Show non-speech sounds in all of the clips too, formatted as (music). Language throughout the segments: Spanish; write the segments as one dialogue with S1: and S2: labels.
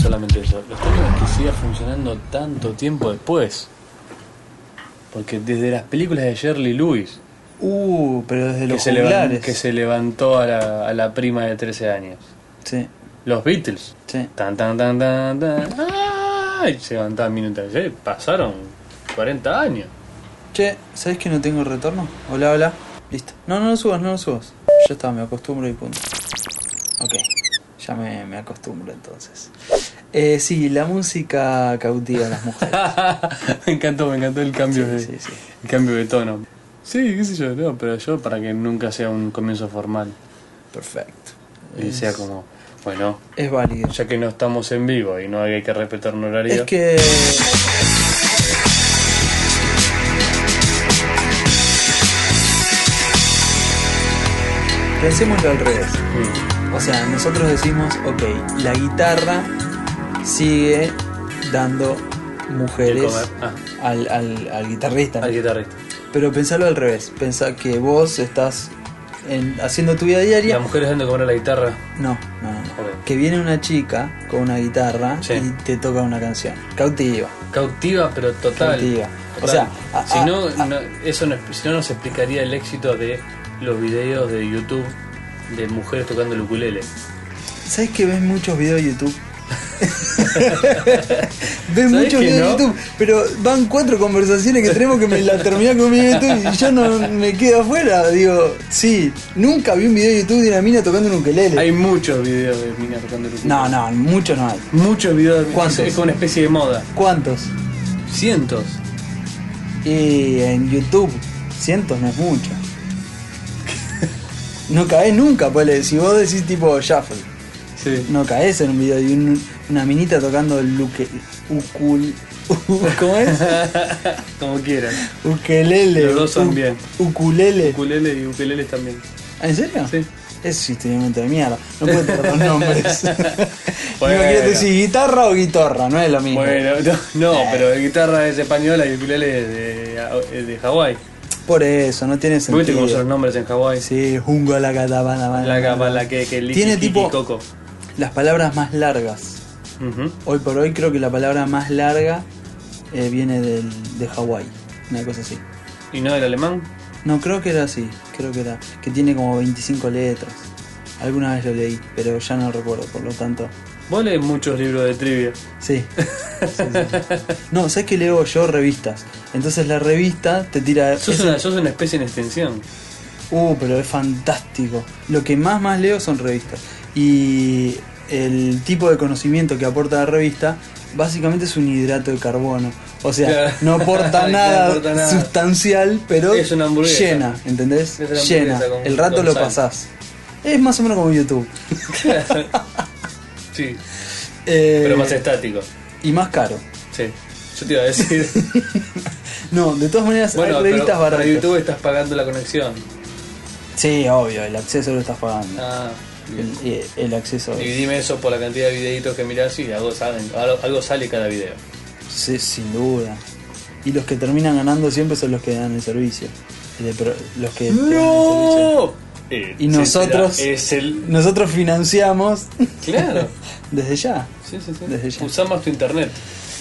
S1: solamente eso, lo extraño es que siga funcionando tanto tiempo después. Porque desde las películas de Shirley Lewis,
S2: Uh, pero desde
S1: que
S2: los
S1: se, levan-
S2: juglares.
S1: que se levantó a la, a la prima de 13 años.
S2: Sí,
S1: Los Beatles,
S2: sí.
S1: tan tan tan tan tan. ¡Ay! Se levantaban minutos. Eh, Pasaron 40 años. (laughs)
S2: Che, ¿sabes que no tengo retorno? Hola, hola. Listo. No, no lo subas, no lo subas. Ya está, me acostumbro y punto. Ok, ya me, me acostumbro entonces. Eh, sí, la música cautiva a las
S1: (laughs)
S2: mujeres.
S1: me encantó, me encantó el cambio de,
S2: Sí, sí.
S1: el cambio de tono. Sí, qué sé yo, no, pero yo para que nunca sea un comienzo formal
S2: Perfecto.
S1: y
S2: Es-
S1: sea como, bueno,
S2: Es válido.
S1: ya que no estamos en vivo y no hay que respetar un horario.
S2: Es que. Pensémoslo al revés.
S1: Mm,
S2: O sea, nosotros decimos, ok, la guitarra sigue dando
S1: de
S2: mujeres
S1: comer. Ah,
S2: al, al- al guitarrista.
S1: al guitarrista.
S2: Pero pensalo al revés. Pensá que vos estás en- haciendo tu vida diaria.
S1: Las mujeres dan de comer a la guitarra.
S2: No, no, no. no.
S1: Ok.
S2: Que viene una chica con una guitarra
S1: Sí.
S2: y te toca una canción. Cautiva.
S1: Cautiva, pero total.
S2: Cautiva. O
S1: Total.
S2: sea, a-
S1: si
S2: a-
S1: no,
S2: a-
S1: no- eso no, si no nos explicaría el éxito de los videos de YouTube de mujeres tocando el ukulele.
S2: ¿Sabes que ves muchos videos de
S1: (laughs)
S2: YouTube? ves
S1: ¿Sabés
S2: muchos
S1: que
S2: videos
S1: no?
S2: de YouTube, pero van cuatro conversaciones que tenemos que me la terminan con mi YouTube y yo no me quedo afuera. Digo, sí, nunca vi un video de YouTube de una mina tocando un ukelele.
S1: Hay muchos videos de minas tocando el ukulele.
S2: No, no, muchos no hay.
S1: Muchos videos. de-
S2: ¿Cuántos?
S1: Es como una especie de moda.
S2: ¿Cuántos?
S1: Cientos.
S2: Y en YouTube, cientos no es mucho. No caes nunca, pues si vos decís tipo shuffle,
S1: Sí. (laughs)
S2: no caes en un video de un- una minita tocando el uke, ukul, ¿cómo es?
S1: (laughs) como quieran.
S2: Ukelele.
S1: Los dos son
S2: u-
S1: bien.
S2: Ukulele. ¿Ah,
S1: Ukulele y ukeleles también.
S2: ¿En serio?
S1: Sí.
S2: Es un instrumento de mierda. No puedo tener dos nombres.
S1: (laughs) Bueno.
S2: Imagínate si guitarra o guitarra, no es lo mismo.
S1: Bueno, no,
S2: Eh.
S1: no, pero la guitarra es española y el ukulele es de, es de Hawái.
S2: Por eso, no tiene
S1: ¿Viste cómo son los
S2: sentido.
S1: nombres en Hawái?
S2: Sí, jungo la catabana.
S1: La capa, la que, que liqui,
S2: Tiene
S1: quiqui,
S2: tipo-
S1: coco.
S2: Las palabras más largas.
S1: Ujú.
S2: Hoy por hoy creo que la palabra más larga eh, viene del, de Hawái. Una cosa así.
S1: ¿Y no del alemán?
S2: No, creo que era así. Creo que era. Que tiene como 25 letras. Alguna vez lo leí, pero ya no recuerdo, por lo tanto.
S1: Vos lees muchos libros de trivia. (laughs)
S2: Sí. Sí, sí. No, ¿sabes que leo yo revistas? Entonces la revista te tira.
S1: Sos,
S2: ese-
S1: una, sos una especie en extensión.
S2: Uh, pero es fantástico. Lo que más más leo son revistas. Y el tipo de conocimiento que aporta la revista básicamente es un hidrato de carbono. O sea,
S1: Claro.
S2: no
S1: (laughs)
S2: aporta
S1: No
S2: nada,
S1: aporta nada.
S2: sustancial, pero
S1: Es una hamburguesa.
S2: llena, ¿entendés?
S1: Es una
S2: llena.
S1: hamburguesa con-
S2: El rato
S1: con
S2: lo
S1: sal.
S2: pasás. Es más o menos como YouTube.
S1: Sí,
S2: Eh,
S1: pero más estático.
S2: y más caro.
S1: Sí, yo te iba a
S2: (laughs)
S1: decir.
S2: No, de todas maneras
S1: bueno,
S2: hay
S1: pero
S2: revistas
S1: para
S2: baratas.
S1: YouTube estás pagando la conexión.
S2: Sí, obvio, el acceso lo estás pagando.
S1: Ah, bien.
S2: El, eh, el acceso.
S1: Dividime eso por la cantidad de videitos que mirás y algo, saben, algo, algo sale cada video.
S2: Sí, sin duda. Y los que terminan ganando siempre son los que dan el servicio. El de pro- los que te dan el servicio.
S1: Eh,
S2: Y
S1: etcétera.
S2: nosotros-
S1: Es el.
S2: Nosotros financiamos
S1: Claro.
S2: desde ya.
S1: (laughs) Sí, sí,
S2: Desde
S1: sí.
S2: ya.
S1: Usá más tu internet,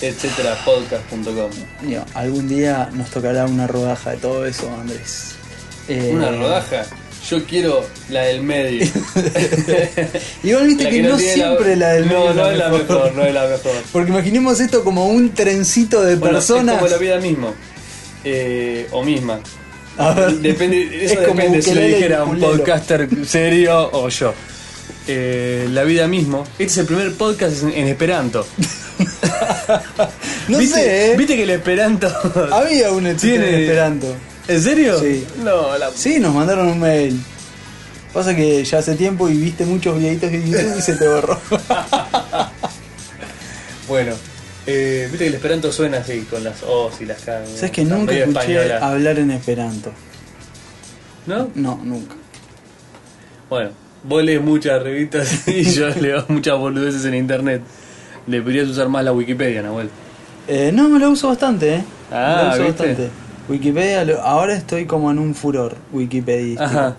S1: etcétera, podcast.com.
S2: Digo, algún día nos tocará una rodaja de todo eso, Andrés. Eh,
S1: Una rodaja. Yo quiero la del
S2: (laughs)
S1: medio.
S2: Igual viste
S1: La
S2: que, no,
S1: tiene
S2: siempre la, del medio
S1: No, no es la
S2: mejor.
S1: mejor, no es la mejor.
S2: Porque imaginemos esto como un trencito de
S1: Bueno,
S2: personas.
S1: Es como la vida mismo. Eh, o misma.
S2: A ver. (laughs)
S1: Depende, eso
S2: Es como
S1: depende si lo
S2: ukelele y
S1: dijera un
S2: ukulelo.
S1: podcaster serio o yo. Eh, la vida mismo. Este es el primer podcast en, en Esperanto.
S2: (laughs) No
S1: ¿Viste,
S2: sé, eh.
S1: ¿Viste que el Esperanto.
S2: Había un chiste
S1: Tiene-
S2: de Esperanto.
S1: ¿En serio?
S2: Sí.
S1: No, la.
S2: Sí, nos mandaron un mail. Pasa que ya hace tiempo y viste muchos videitos de YouTube y se te
S1: (laughs)
S2: borró.
S1: Bueno. eh, Viste que el Esperanto suena así, con las O's y las K.
S2: ¿Sabes que
S1: la
S2: nunca
S1: media
S2: escuché
S1: española.
S2: hablar en esperanto?
S1: ¿No?
S2: No, nunca.
S1: Bueno, vos lees muchas revistas (laughs) y
S2: (laughs)
S1: yo leo muchas boludeces en internet. Deberías usar más la Wikipedia, Nahuel.
S2: Eh, no, me lo uso bastante, ¿eh?
S1: Ah,
S2: lo uso
S1: ¿viste?
S2: bastante. Wikipedia, lo- ahora estoy como en un furor Wikipedia.
S1: Ajá.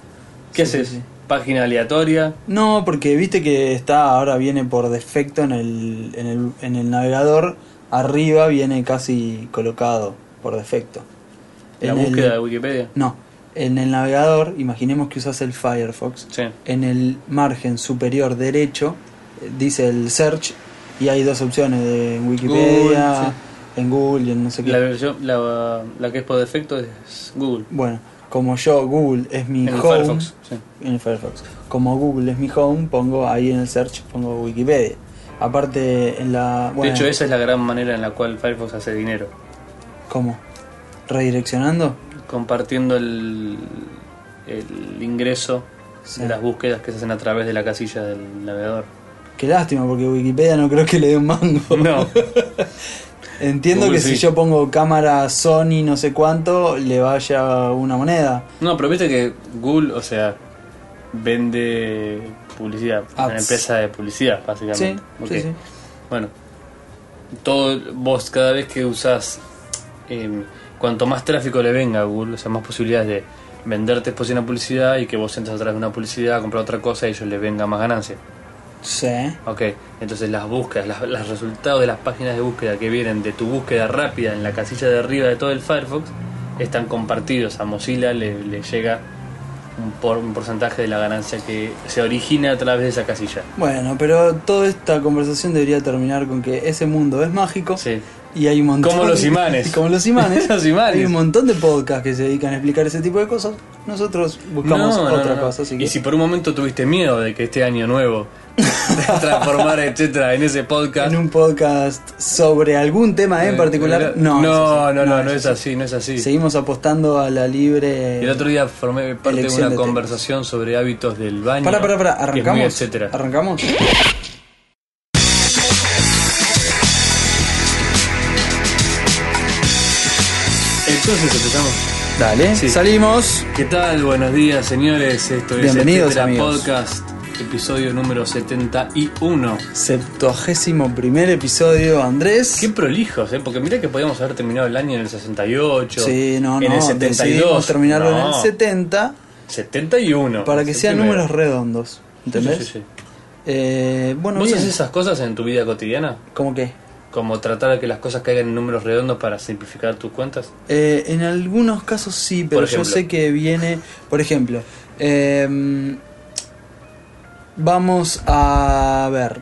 S1: ¿Qué
S2: Sí,
S1: haces?
S2: sí, sí.
S1: Página aleatoria.
S2: No, porque viste que está, ahora viene por defecto en el, en el, en el navegador, arriba viene casi colocado por defecto.
S1: La
S2: En el-
S1: búsqueda de Wikipedia.
S2: No, en el navegador, imaginemos que usas el Firefox,
S1: Sí.
S2: en el margen superior derecho eh, dice el search y hay dos opciones de en Wikipedia,
S1: Google,
S2: en Google y en no sé qué.
S1: La, versión, la, la que es por defecto es Google.
S2: Bueno, como yo Google es mi
S1: En el
S2: home,
S1: Firefox. sí.
S2: en el Firefox. Como Google es mi home, pongo ahí en el search, pongo Wikipedia. Aparte en la...
S1: De
S2: bueno,
S1: hecho, esa es la gran manera en la cual Firefox hace dinero.
S2: ¿Cómo? ¿Redireccionando?
S1: Compartiendo el, el ingreso
S2: Sí.
S1: de las búsquedas que se hacen a través de la casilla del
S2: (laughs)
S1: navegador.
S2: Qué lástima, porque Wikipedia no creo que le dé
S1: (laughs)
S2: un mango.
S1: No.
S2: Entiendo
S1: Google
S2: que si
S1: sí.
S2: yo pongo cámara Sony no sé cuánto, le vaya una moneda.
S1: No, pero viste que Google, o sea, vende publicidad. Es Una
S2: Ads.
S1: empresa de publicidad,
S2: Sí,
S1: básicamente. Ok.
S2: sí, sí.
S1: Bueno, todo vos cada vez que usás, em, cuanto más tráfico le venga a Google, o sea, más posibilidades de venderte después una publicidad y que vos entres atrás de una publicidad a comprar otra cosa y ellos les venga más ganancia.
S2: Sí.
S1: Ok, entonces las búsquedas, las- los resultados de las páginas de búsqueda que vienen de tu búsqueda rápida en la casilla de arriba de todo el Firefox están compartidos. A Mozilla le, le llega un, por, un porcentaje de la ganancia que se origina a través de esa casilla.
S2: Bueno, pero toda esta conversación debería terminar con que ese mundo es mágico
S1: Sí.
S2: y hay un montón
S1: Como los imanes.
S2: (laughs) como los
S1: (laughs)
S2: imanes.
S1: Los imanes.
S2: Hay un montón de podcasts que se dedican a explicar ese tipo de cosas. Nosotros buscamos
S1: No, no,
S2: otra
S1: no, no.
S2: cosa, así que
S1: Y si por un momento tuviste miedo de que este año
S2: (laughs)
S1: nuevo de transformar, etcétera, en ese podcast.
S2: en un podcast sobre algún tema en particular, no.
S1: Eh, no, no, no, no, es
S2: eso
S1: así, no es así.
S2: Seguimos apostando a la libre
S1: El otro día formé parte de
S2: Elección
S1: una
S2: de temas.
S1: conversación sobre hábitos del baño.
S2: Para, para, para,
S1: que es muy
S2: arrancamos.
S1: etcétera.
S2: Arrancamos.
S1: Entonces empezamos.
S2: Dale,
S1: Sí.
S2: salimos.
S1: ¿Qué tal? Buenos días, señores. Esto es
S2: Bienvenidos,
S1: Etcétera
S2: amigos.
S1: Podcast, episodio número 71.
S2: Septuagésimo primer episodio, Andrés.
S1: Qué prolijos, ¿eh? Porque mirá que podíamos haber terminado el año en el 68.
S2: Sí, no,
S1: en
S2: no,
S1: el 72.
S2: decidimos terminarlo en el
S1: No,
S2: 70
S1: 71.
S2: para que sean
S1: 71.
S2: números redondos. ¿Entendés?
S1: Sí, sí, sí.
S2: Eh, bueno,
S1: ¿Vos
S2: bien.
S1: haces esas cosas en tu vida cotidiana?
S2: ¿Cómo que?
S1: Como tratar de que las cosas caigan en números redondos para simplificar tus cuentas.
S2: Eh, en algunos casos sí, pero
S1: Por
S2: yo
S1: ejemplo.
S2: sé que viene. Por ejemplo, eh, vamos a ver.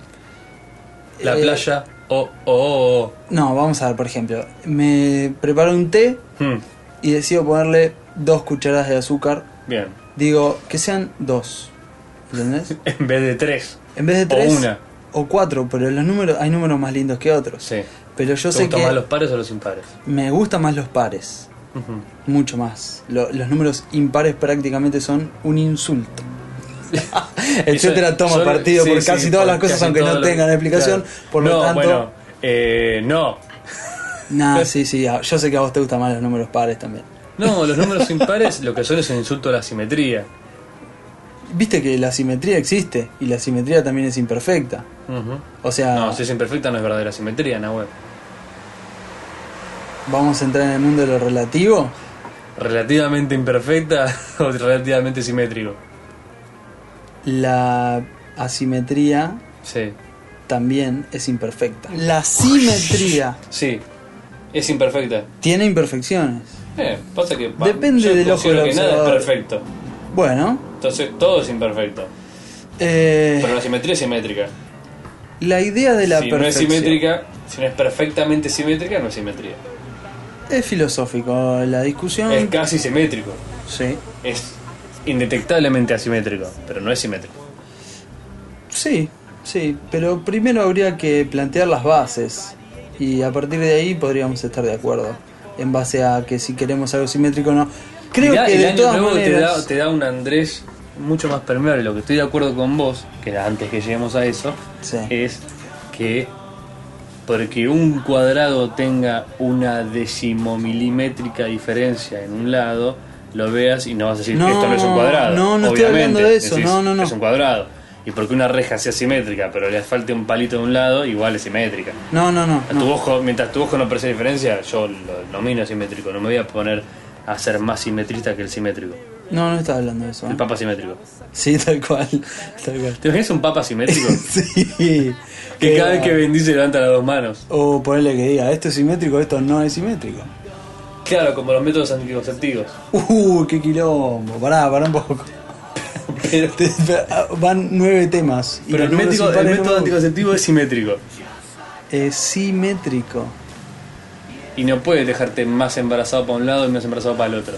S1: La
S2: Eh,
S1: playa, oh, oh,
S2: No, vamos a ver, por ejemplo. Me preparo un té
S1: oh. Hmm,
S2: y decido ponerle dos cucharadas de azúcar.
S1: Bien. (laughs)
S2: Digo, que sean dos. ¿Entendés?
S1: En vez de tres.
S2: En vez de
S1: O
S2: tres.
S1: una.
S2: o cuatro, pero los números, hay números más lindos que otros.
S1: Sí.
S2: Pero yo
S1: ¿Te
S2: sé
S1: gustan
S2: que
S1: más los pares o los impares?
S2: me gustan más los pares.
S1: Ujú.
S2: Mucho más. Lo- los números impares prácticamente son
S1: (laughs)
S2: un insulto. Etcétera,
S1: Eso-
S2: toma
S1: son-
S2: partido
S1: sí,
S2: por
S1: sí,
S2: casi todas
S1: por
S2: las cosas,
S1: casi
S2: aunque
S1: todo
S2: no
S1: lo-
S2: tengan explicación.
S1: Claro.
S2: Por lo
S1: No,
S2: tanto,
S1: Bueno, eh, no.
S2: nah, sí, sí, a- yo sé que a vos te gustan más los números pares también.
S1: No, los números impares lo que son es un insulto a la simetría.
S2: Viste que la simetría existe y la simetría también es imperfecta.
S1: Ujú.
S2: O sea,
S1: No, si es imperfecta no es verdadera simetría, Nahuel.
S2: vamos a entrar en el mundo de lo relativo.
S1: Relativamente imperfecta (laughs) o relativamente simétrico.
S2: La asimetría
S1: Sí.
S2: también es imperfecta. La simetría
S1: Sí. Es imperfecta.
S2: tiene imperfecciones.
S1: Eh, pasa que.
S2: Depende
S1: yo
S2: del ojo
S1: considero
S2: del
S1: que nada es
S2: observador.
S1: perfecto.
S2: Bueno,
S1: Entonces todo es imperfecto.
S2: eh,
S1: Pero la simetría es simétrica.
S2: la idea de la
S1: si no es
S2: perfección
S1: simétrica, si no es perfectamente simétrica, no es simetría.
S2: es filosófico. La discusión
S1: Es casi simétrico.
S2: sí,
S1: Es indetectablemente asimétrico, pero no es simétrico.
S2: sí, sí. Pero primero habría que plantear las bases y a partir de ahí podríamos estar de acuerdo en base a que si queremos algo simétrico o no. Creo
S1: Mirá,
S2: que
S1: el
S2: de
S1: año
S2: todas
S1: nuevo te
S2: maneras
S1: da, te da un Andrés mucho más permeable. Lo que estoy de acuerdo con vos, que antes que lleguemos a eso,
S2: Sí.
S1: es que porque un cuadrado tenga una decimomilimétrica diferencia en un lado, lo veas y no vas a decir
S2: No,
S1: que esto no es un cuadrado.
S2: no, no estoy
S1: Obviamente,
S2: hablando de eso, no, no, no.
S1: Es un cuadrado. Y porque una reja sea simétrica, pero le falte un palito de un lado, igual es simétrica.
S2: no, no, no,
S1: A
S2: no.
S1: tu ojo, mientras tu ojo no percibe diferencia, yo lo nomino simétrico. No me voy a poner a ser más simetrista que el simétrico.
S2: No, no estás hablando de eso. ¿eh?
S1: El mapa simétrico.
S2: Sí, tal cual. (laughs) Tal cual.
S1: ¿Te imaginas un papa
S2: (laughs)
S1: simétrico?
S2: Sí. Eh,
S1: que cada vez que bendice levanta las dos manos.
S2: O ponerle que diga, esto es simétrico, esto no es simétrico.
S1: Claro, como los métodos
S2: (laughs)
S1: anticonceptivos.
S2: Uh, qué quilombo. Pará, pará un poco.
S1: Pero,
S2: Te- te- ah, Van nueve temas. y
S1: pero el,
S2: los números
S1: método- el
S2: impares no
S1: método
S2: me gustan.
S1: anticonceptivo es simétrico.
S2: Es simétrico.
S1: Y no puedes dejarte más embarazado para un lado y más embarazado para el otro.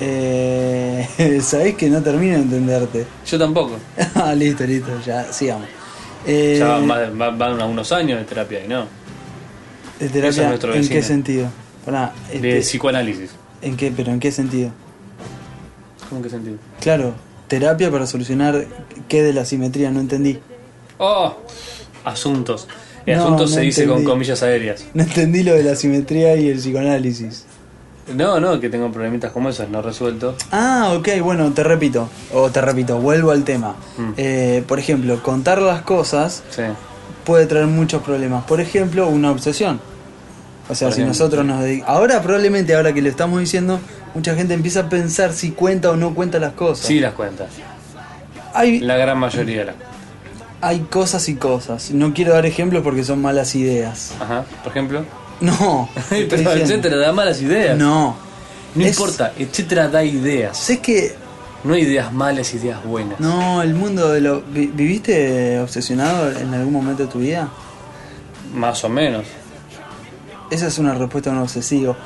S2: Eh, (laughs) Sabés que no termino de entenderte. (laughs)
S1: Yo tampoco.
S2: Ah, listo, listo, ya, sigamos. Eh,
S1: Ya van, más- van- van a unos años de terapia y no. eso
S2: de
S1: es
S2: terapia,
S1: nuestro
S2: ¿En
S1: vecino.
S2: qué sentido? Pará,
S1: De
S2: este,
S1: psicoanálisis.
S2: ¿en qué, pero en qué sentido?
S1: ¿Cómo que sentido?
S2: Claro, terapia para solucionar qué de la simetría, no entendí.
S1: ¡Oh! Asuntos. El
S2: No,
S1: asunto
S2: no
S1: se dice
S2: entendí.
S1: con comillas aéreas.
S2: No entendí lo de la simetría y el psicoanálisis.
S1: No, no, que tengo problemitas como esos, no resueltos.
S2: Ah, ok, bueno, te repito, o te repito, vuelvo al tema.
S1: Mm.
S2: Eh, por ejemplo, contar las cosas
S1: Sí.
S2: puede traer muchos problemas. Por ejemplo, una obsesión. O sea,
S1: Por
S2: si
S1: ejemplo.
S2: nosotros nos dedicamos... Ahora probablemente, ahora que lo estamos diciendo, mucha gente empieza a pensar si cuenta o no cuenta las cosas.
S1: Sí las cuentas.
S2: Hay,
S1: La gran mayoría de las
S2: hay cosas y cosas. No quiero dar ejemplos porque son malas ideas.
S1: Ajá. Por ejemplo.
S2: (laughs) No. te estoy
S1: (laughs) Pero
S2: diciendo.
S1: etcétera da malas ideas.
S2: No.
S1: No
S2: Es-
S1: importa, etcétera da ideas.
S2: Sé que...
S1: No hay ideas malas, ideas buenas.
S2: No, el mundo de lo... vi- ¿Viviste obsesionado en algún momento de tu vida?
S1: Más o
S2: (laughs)
S1: menos.
S2: Esa es una respuesta a un obsesivo.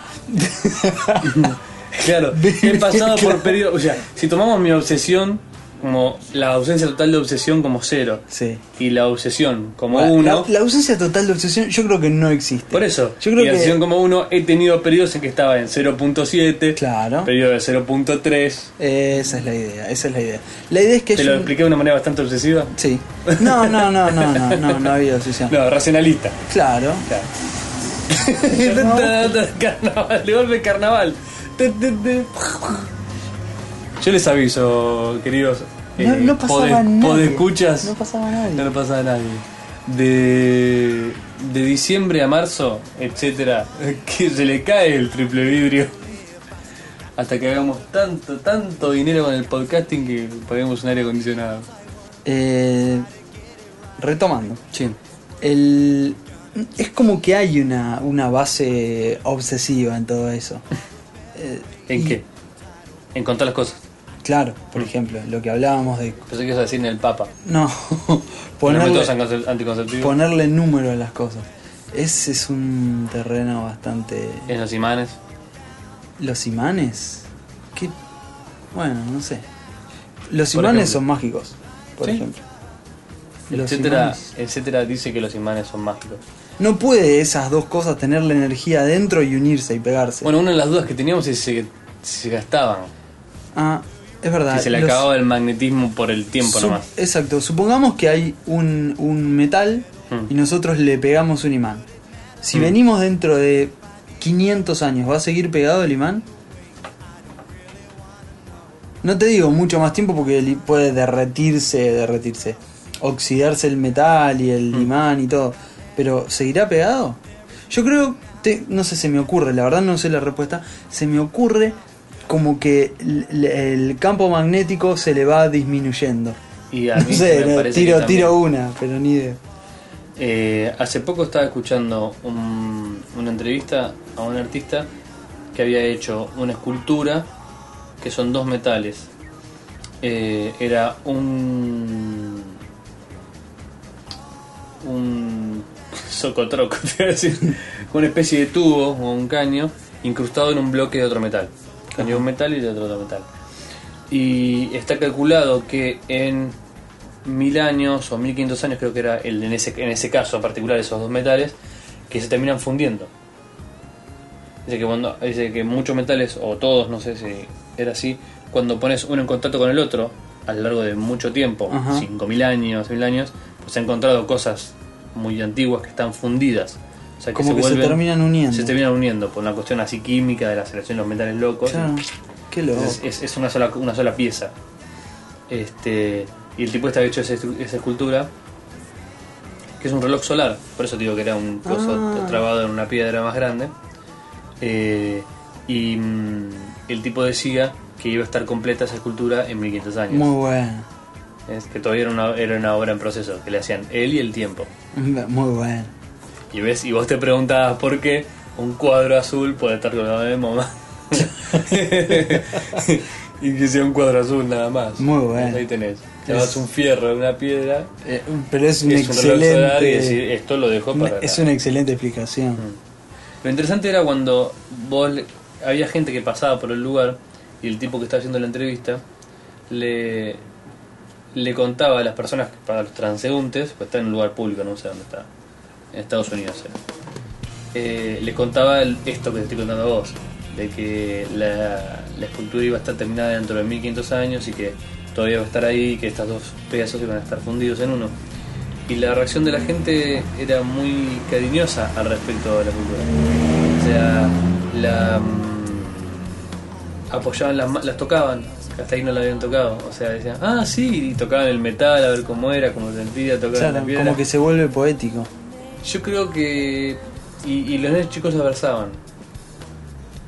S1: Claro, he
S2: (laughs)
S1: pasado por periodos. O sea, si tomamos mi obsesión como la ausencia total de obsesión como cero
S2: sí.
S1: y la obsesión como
S2: La-
S1: uno.
S2: La, ausencia total de obsesión yo creo que no existe.
S1: Por eso,
S2: Yo creo
S1: y la
S2: que-
S1: obsesión como uno, he tenido periodos en que estaba en 0.7,
S2: Claro.
S1: periodo de 0.3.
S2: Esa es la idea, esa es la idea. La idea es que
S1: ¿Te
S2: yo-
S1: lo expliqué de una manera bastante obsesiva?
S2: Sí. No, no, no, no, no, no, no había obsesión.
S1: (laughs) No, racionalista.
S2: Claro.
S1: (laughs) carnaval, de golpe carnaval. Te, te, te. Yo les aviso, queridos.
S2: No,
S1: eh,
S2: no pasaba
S1: pode-
S2: nadie.
S1: podescuchas.
S2: No pasaba nadie.
S1: No le pasa a nadie. De, de diciembre a marzo, etcétera, (laughs) que se le cae el triple vidrio. Hasta que hagamos tanto, tanto dinero con el podcasting que paguemos un aire acondicionado.
S2: Eh, retomando.
S1: Sí.
S2: El... Es como que hay una, una base obsesiva en todo eso. (laughs) Eh,
S1: ¿En
S2: y-
S1: qué? En contar las cosas.
S2: Claro, por ejemplo, lo que hablábamos de... (laughs)
S1: Pensé que ibas a decir en el Papa.
S2: No, (laughs)
S1: Poner
S2: ponerle,
S1: métodos anticonce- anticonceptivos.
S2: ponerle número a las cosas. Ese es un terreno bastante...
S1: en los imanes.
S2: ¿Los imanes? ¿Qué? Bueno, no sé. Los
S1: Por
S2: imanes
S1: ejemplo.
S2: son mágicos, por
S1: Sí.
S2: ejemplo. Los
S1: Etcétera,
S2: imanes.
S1: etcétera dice que los imanes son mágicos.
S2: No puede esas dos cosas tener la energía adentro y unirse y pegarse.
S1: Bueno, una de las dudas que teníamos es si se, si se gastaban.
S2: ah, es verdad.
S1: Si se le
S2: los-
S1: acababa el magnetismo por el tiempo
S2: sup-
S1: nomás.
S2: Exacto. Supongamos que hay un, un metal
S1: Hmm.
S2: y nosotros le pegamos un imán. Si
S1: Hmm.
S2: venimos dentro de 500 años, ¿va a seguir pegado el imán? No te digo mucho más tiempo porque el- puede derretirse, derretirse, oxidarse el metal y
S1: Hmm.
S2: el imán y todo. Pero ¿seguirá pegado? Yo creo, te- no sé, se me ocurre, la verdad no sé la respuesta, se me ocurre como que el, el campo magnético se le va disminuyendo.
S1: Y a mí
S2: No sé,
S1: me
S2: no,
S1: parece que
S2: tiro,
S1: también-
S2: tiro una, pero ni idea.
S1: Eh, hace poco estaba escuchando un- una entrevista a un artista que había hecho una escultura que son dos metales. Eh, era un. un. socotroco, (laughs) te iba a decir. Una especie de tubo o un caño incrustado en un bloque de otro metal. Caño de un metal y de otro, otro metal. Y está calculado que en mil años o 1500 años, creo que era el, en, ese, en ese caso particular, esos dos metales, que se terminan fundiendo. Dice que, cuando, dice que muchos metales, o todos, no sé si era así, cuando pones uno en contacto con el otro, a lo largo de mucho tiempo,
S2: Ajá.
S1: 5000 años, 1000 años, pues se han encontrado cosas muy antiguas que están fundidas. O sea, que
S2: Como
S1: se
S2: que se
S1: vuelven-
S2: terminan uniendo.
S1: Se terminan uniendo por una cuestión así química de la selección de los metales locos.
S2: Claro, qué loco.
S1: Entonces, es, es una sola una sola pieza. Este, y el tipo está hecho esa, estru- esa escultura, que es un reloj solar, por eso digo que era un coso
S2: Ah.
S1: trabado en una piedra más grande. Eh, y mm, el tipo decía que iba a estar completa esa escultura en 1500 años.
S2: Muy bueno. (laughs)
S1: Es que todavía era una, era una obra en proceso, que le hacían él y el tiempo.
S2: Muy bueno.
S1: Y ves, y vos te preguntabas por qué un cuadro azul puede estar colgado de
S2: (laughs)
S1: MoMA. y que sea un cuadro azul nada más.
S2: Muy bueno.
S1: Ahí tenés. Te
S2: Es-
S1: vas un fierro, una piedra,
S2: Eh, pero es un
S1: es un reloj solar y decir,
S2: excelente.
S1: esto lo dejo para.
S2: es
S1: la-
S2: una excelente explicación.
S1: Lo interesante era cuando vos le- había gente que pasaba por el lugar y el tipo que estaba haciendo la entrevista le, le contaba a las personas, para los transeúntes, pues está en un lugar público, no sé dónde está, en Estados Unidos. era. Eh, le contaba el- esto que te estoy contando a vos, de que la, la escultura iba a estar terminada dentro de 1500 años y que todavía va a estar ahí, y que estos dos pedazos iban a estar fundidos en uno. Y la reacción de la gente era muy cariñosa al respecto de la cultura. O sea, la mm, apoyaban las ma- las tocaban, que hasta ahí no la habían tocado. O sea, decían, ah, sí, y tocaban el metal a ver cómo era, cómo se sentía, tocaban
S2: Claro,
S1: la piedra.
S2: como que se vuelve poético. (laughs)
S1: Yo creo que. Y, y los nenes chicos se abrazaban.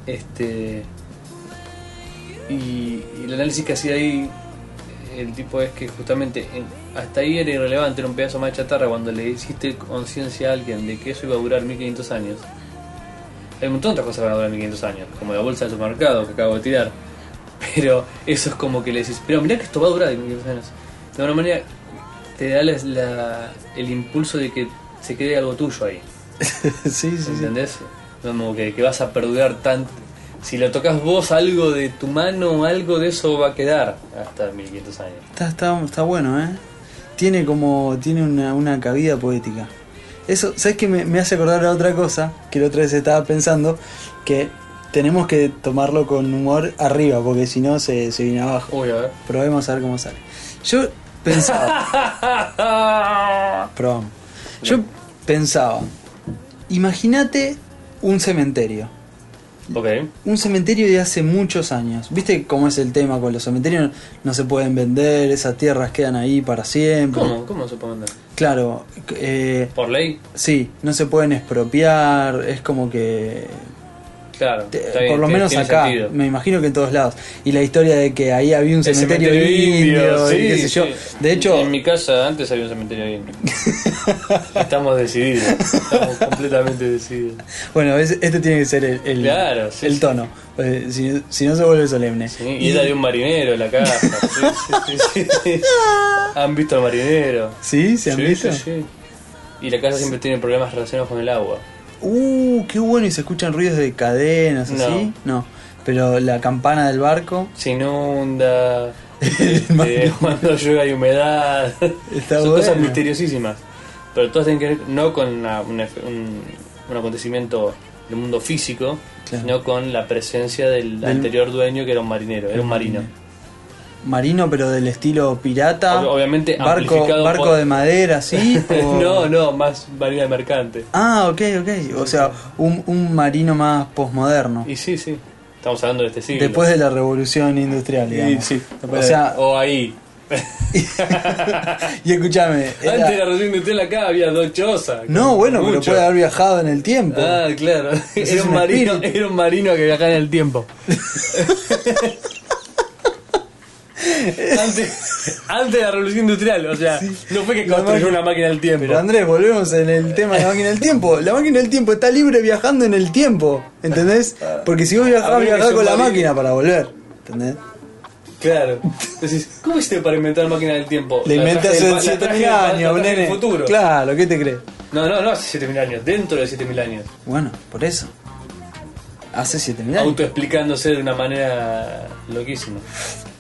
S1: Este. Y, y el análisis que hacía ahí el tipo es que justamente en- hasta ahí era irrelevante, era un pedazo más de chatarra cuando le hiciste conciencia a alguien de que eso iba a durar 1500 años. Hay un montón de otras cosas que van a durar 1500 años, como la bolsa del supermercado que acabo de tirar. Pero eso es como que le decís, pero mirá que esto va a durar 1500 años. De alguna manera te da la- la- el impulso de que se quede algo tuyo ahí.
S2: sí, sí, sí.
S1: ¿Entendés? Como que, que vas a perdurar tanto. Si lo tocas vos, algo de tu mano, algo de eso va a quedar hasta 1500 años.
S2: Está, está, está bueno, ¿eh? Tiene como. Tiene una, una cabida poética. Eso, ¿sabes qué? Me, me hace acordar a otra cosa que la otra vez estaba pensando. Que tenemos que tomarlo con humor arriba, porque si no se, se viene abajo.
S1: Uy, a ver.
S2: Probemos a ver cómo sale. Yo pensaba. probamos. Yo pensaba. Imagínate un cementerio.
S1: (laughs) ok,
S2: Un cementerio de hace muchos años. ¿Viste cómo es el tema con los cementerios? No se pueden vender, esas tierras quedan ahí para siempre.
S1: ¿cómo? ¿Cómo se puede vender?
S2: Claro, eh,
S1: ¿Por ley?
S2: sí, no se pueden expropiar, es como que...
S1: Claro,
S2: te-
S1: está bien,
S2: por lo
S1: tiene-
S2: menos
S1: tiene
S2: acá,
S1: sentido.
S2: me imagino que en todos lados. Y la historia de que ahí había un
S1: El
S2: cementerio, indio, y qué sé yo.
S1: sí.
S2: De hecho,
S1: en mi casa antes había un cementerio
S2: (laughs)
S1: indio. estamos decididos, estamos completamente decididos.
S2: bueno, es- este tiene que ser el, el,
S1: Claro, sí,
S2: el
S1: sí.
S2: tono, eh, si, si no se vuelve solemne.
S1: Sí, y era de un marinero la casa. Sí, sí, sí, sí, sí. ¿Han visto al marinero?
S2: ¿Sí? ¿Se han
S1: Sí,
S2: visto?
S1: sí, sí. Y la casa siempre tiene problemas relacionados con el agua.
S2: Uh, qué bueno, y se escuchan ruidos de cadenas,
S1: No.
S2: así. No, pero la campana del barco.
S1: Se
S2: (laughs)
S1: inunda.
S2: mar
S1: este, cuando llueve hay humedad.
S2: (laughs) Está
S1: Son cosas
S2: bueno.
S1: misteriosísimas. Pero todas tienen que ver no con una- una- un, un acontecimiento del mundo físico,
S2: Claro.
S1: sino con la presencia del,
S2: Del-
S1: anterior dueño que era un marinero, era un marino.
S2: Marino, pero del estilo pirata.
S1: Ob- obviamente
S2: barco,
S1: amplificado
S2: barco
S1: por-
S2: de
S1: (laughs)
S2: madera, ¿sí? O-
S1: no, no, más marina mercante.
S2: Ah, ok, ok. O sea, un, un marino más posmoderno.
S1: Y sí, sí. Estamos hablando de este siglo.
S2: Después de la revolución industrial,
S1: Y
S2: digamos.
S1: sí,
S2: o sea,
S1: o ahí. (laughs)
S2: (laughs) y escúchame. era-
S1: Antes de la reunión de tela acá había dos chozas.
S2: No,
S1: como
S2: bueno, pero
S1: mucho.
S2: puede haber viajado en el tiempo.
S1: Ah, claro.
S2: (laughs) es
S1: Era un,
S2: un
S1: marino,
S2: espíritu.
S1: era un marino que viajaba en el
S2: (laughs)
S1: tiempo. antes, antes de la revolución industrial, o sea, no fue que
S2: La
S1: construyó
S2: máquina-
S1: una máquina del tiempo.
S2: Pero Andrés, volvemos en el tema de la máquina del tiempo. La máquina del tiempo está libre viajando en el tiempo, ¿entendés?
S1: Ah.
S2: Porque si vos viajás,
S1: Habría que
S2: viajás
S1: ser
S2: con la
S1: marino.
S2: máquina para volver, ¿entendés? (laughs)
S1: Claro. Entonces, ¿cómo hiciste para inventar máquina del tiempo?
S2: Le
S1: La
S2: inventé
S1: traje del
S2: hace
S1: pa- la
S2: 7000
S1: traje del pa- la
S2: años,
S1: traje del
S2: nene.
S1: futuro.
S2: Claro, ¿qué te crees?
S1: No, no, no hace 7000 años, dentro de 7000 años.
S2: Bueno, por eso. Hace 7000 años.
S1: Autoexplicándose de una manera loquísima.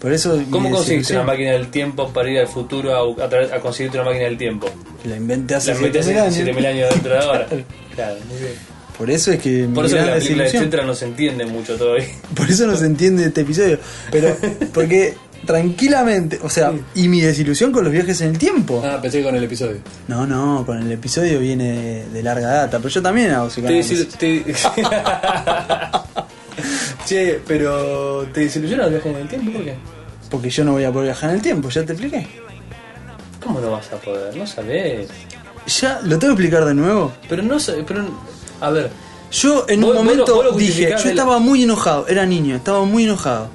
S2: Por eso.
S1: ¿Cómo
S2: mi
S1: conseguiste una
S2: desilusión.
S1: máquina del tiempo para ir al futuro a, a tra- a conseguirte una máquina del tiempo?
S2: La inventé hace
S1: La metí
S2: 7000
S1: hace
S2: años.
S1: 7000 años dentro de
S3: (laughs)
S1: ahora. Claro, muy bien.
S2: Por eso es que.
S1: Por
S2: mi
S1: eso que
S2: gran
S1: la película de
S2: desilusión.
S1: Chetra no se entiende mucho todavía.
S2: Por eso no se entiende este episodio.
S1: (laughs)
S2: Pero, porque tranquilamente. O sea, y mi desilusión con los viajes en el tiempo.
S3: Ah, pensé que con el episodio.
S2: No, no, con el episodio viene de, de larga data, pero yo también hago
S1: Te desilu-
S2: psicoanálisis.
S1: te- (laughs) che, pero ¿te desilusionan los viajes en el tiempo? ¿Por qué?
S2: Porque yo no voy a poder viajar en el tiempo, ya te expliqué.
S1: ¿Cómo no vas a poder? No sabés.
S2: Ya, lo tengo que explicar de nuevo.
S1: Pero no sé, pero... A ver,
S2: Yo en
S1: Vos- vos
S2: un
S1: lo-
S2: momento
S1: vos lo
S2: dije,
S1: justificás
S2: yo
S1: de la-
S2: estaba muy enojado, era niño, estaba muy enojado.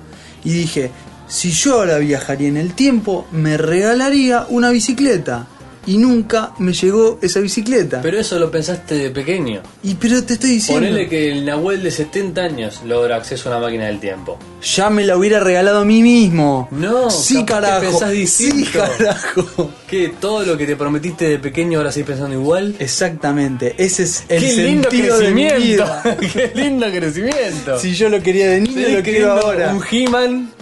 S2: y dije, si yo ahora viajaría en el tiempo, me regalaría una bicicleta. Y nunca me llegó esa bicicleta.
S1: Pero eso lo pensaste de pequeño.
S2: y pero te estoy diciendo,
S1: Ponele que el Nahuel de 70 años logra acceso a una máquina del tiempo.
S2: ya me la hubiera regalado a mí mismo.
S1: No,
S2: sí,
S1: capaz que
S2: carajo.
S1: pensás
S2: Sí,
S1: distinto.
S2: carajo.
S1: Que todo lo que te prometiste de pequeño ahora sí pensando igual.
S2: Exactamente, ese es el
S1: ¡Qué lindo
S2: sentido de mi
S1: crecimiento!
S2: vida.
S1: (laughs) ¡Qué lindo crecimiento!
S2: (laughs) Si yo lo quería de niño,
S1: Estoy
S2: lo quiero
S1: queriendo
S2: ahora.
S1: Un He-Man.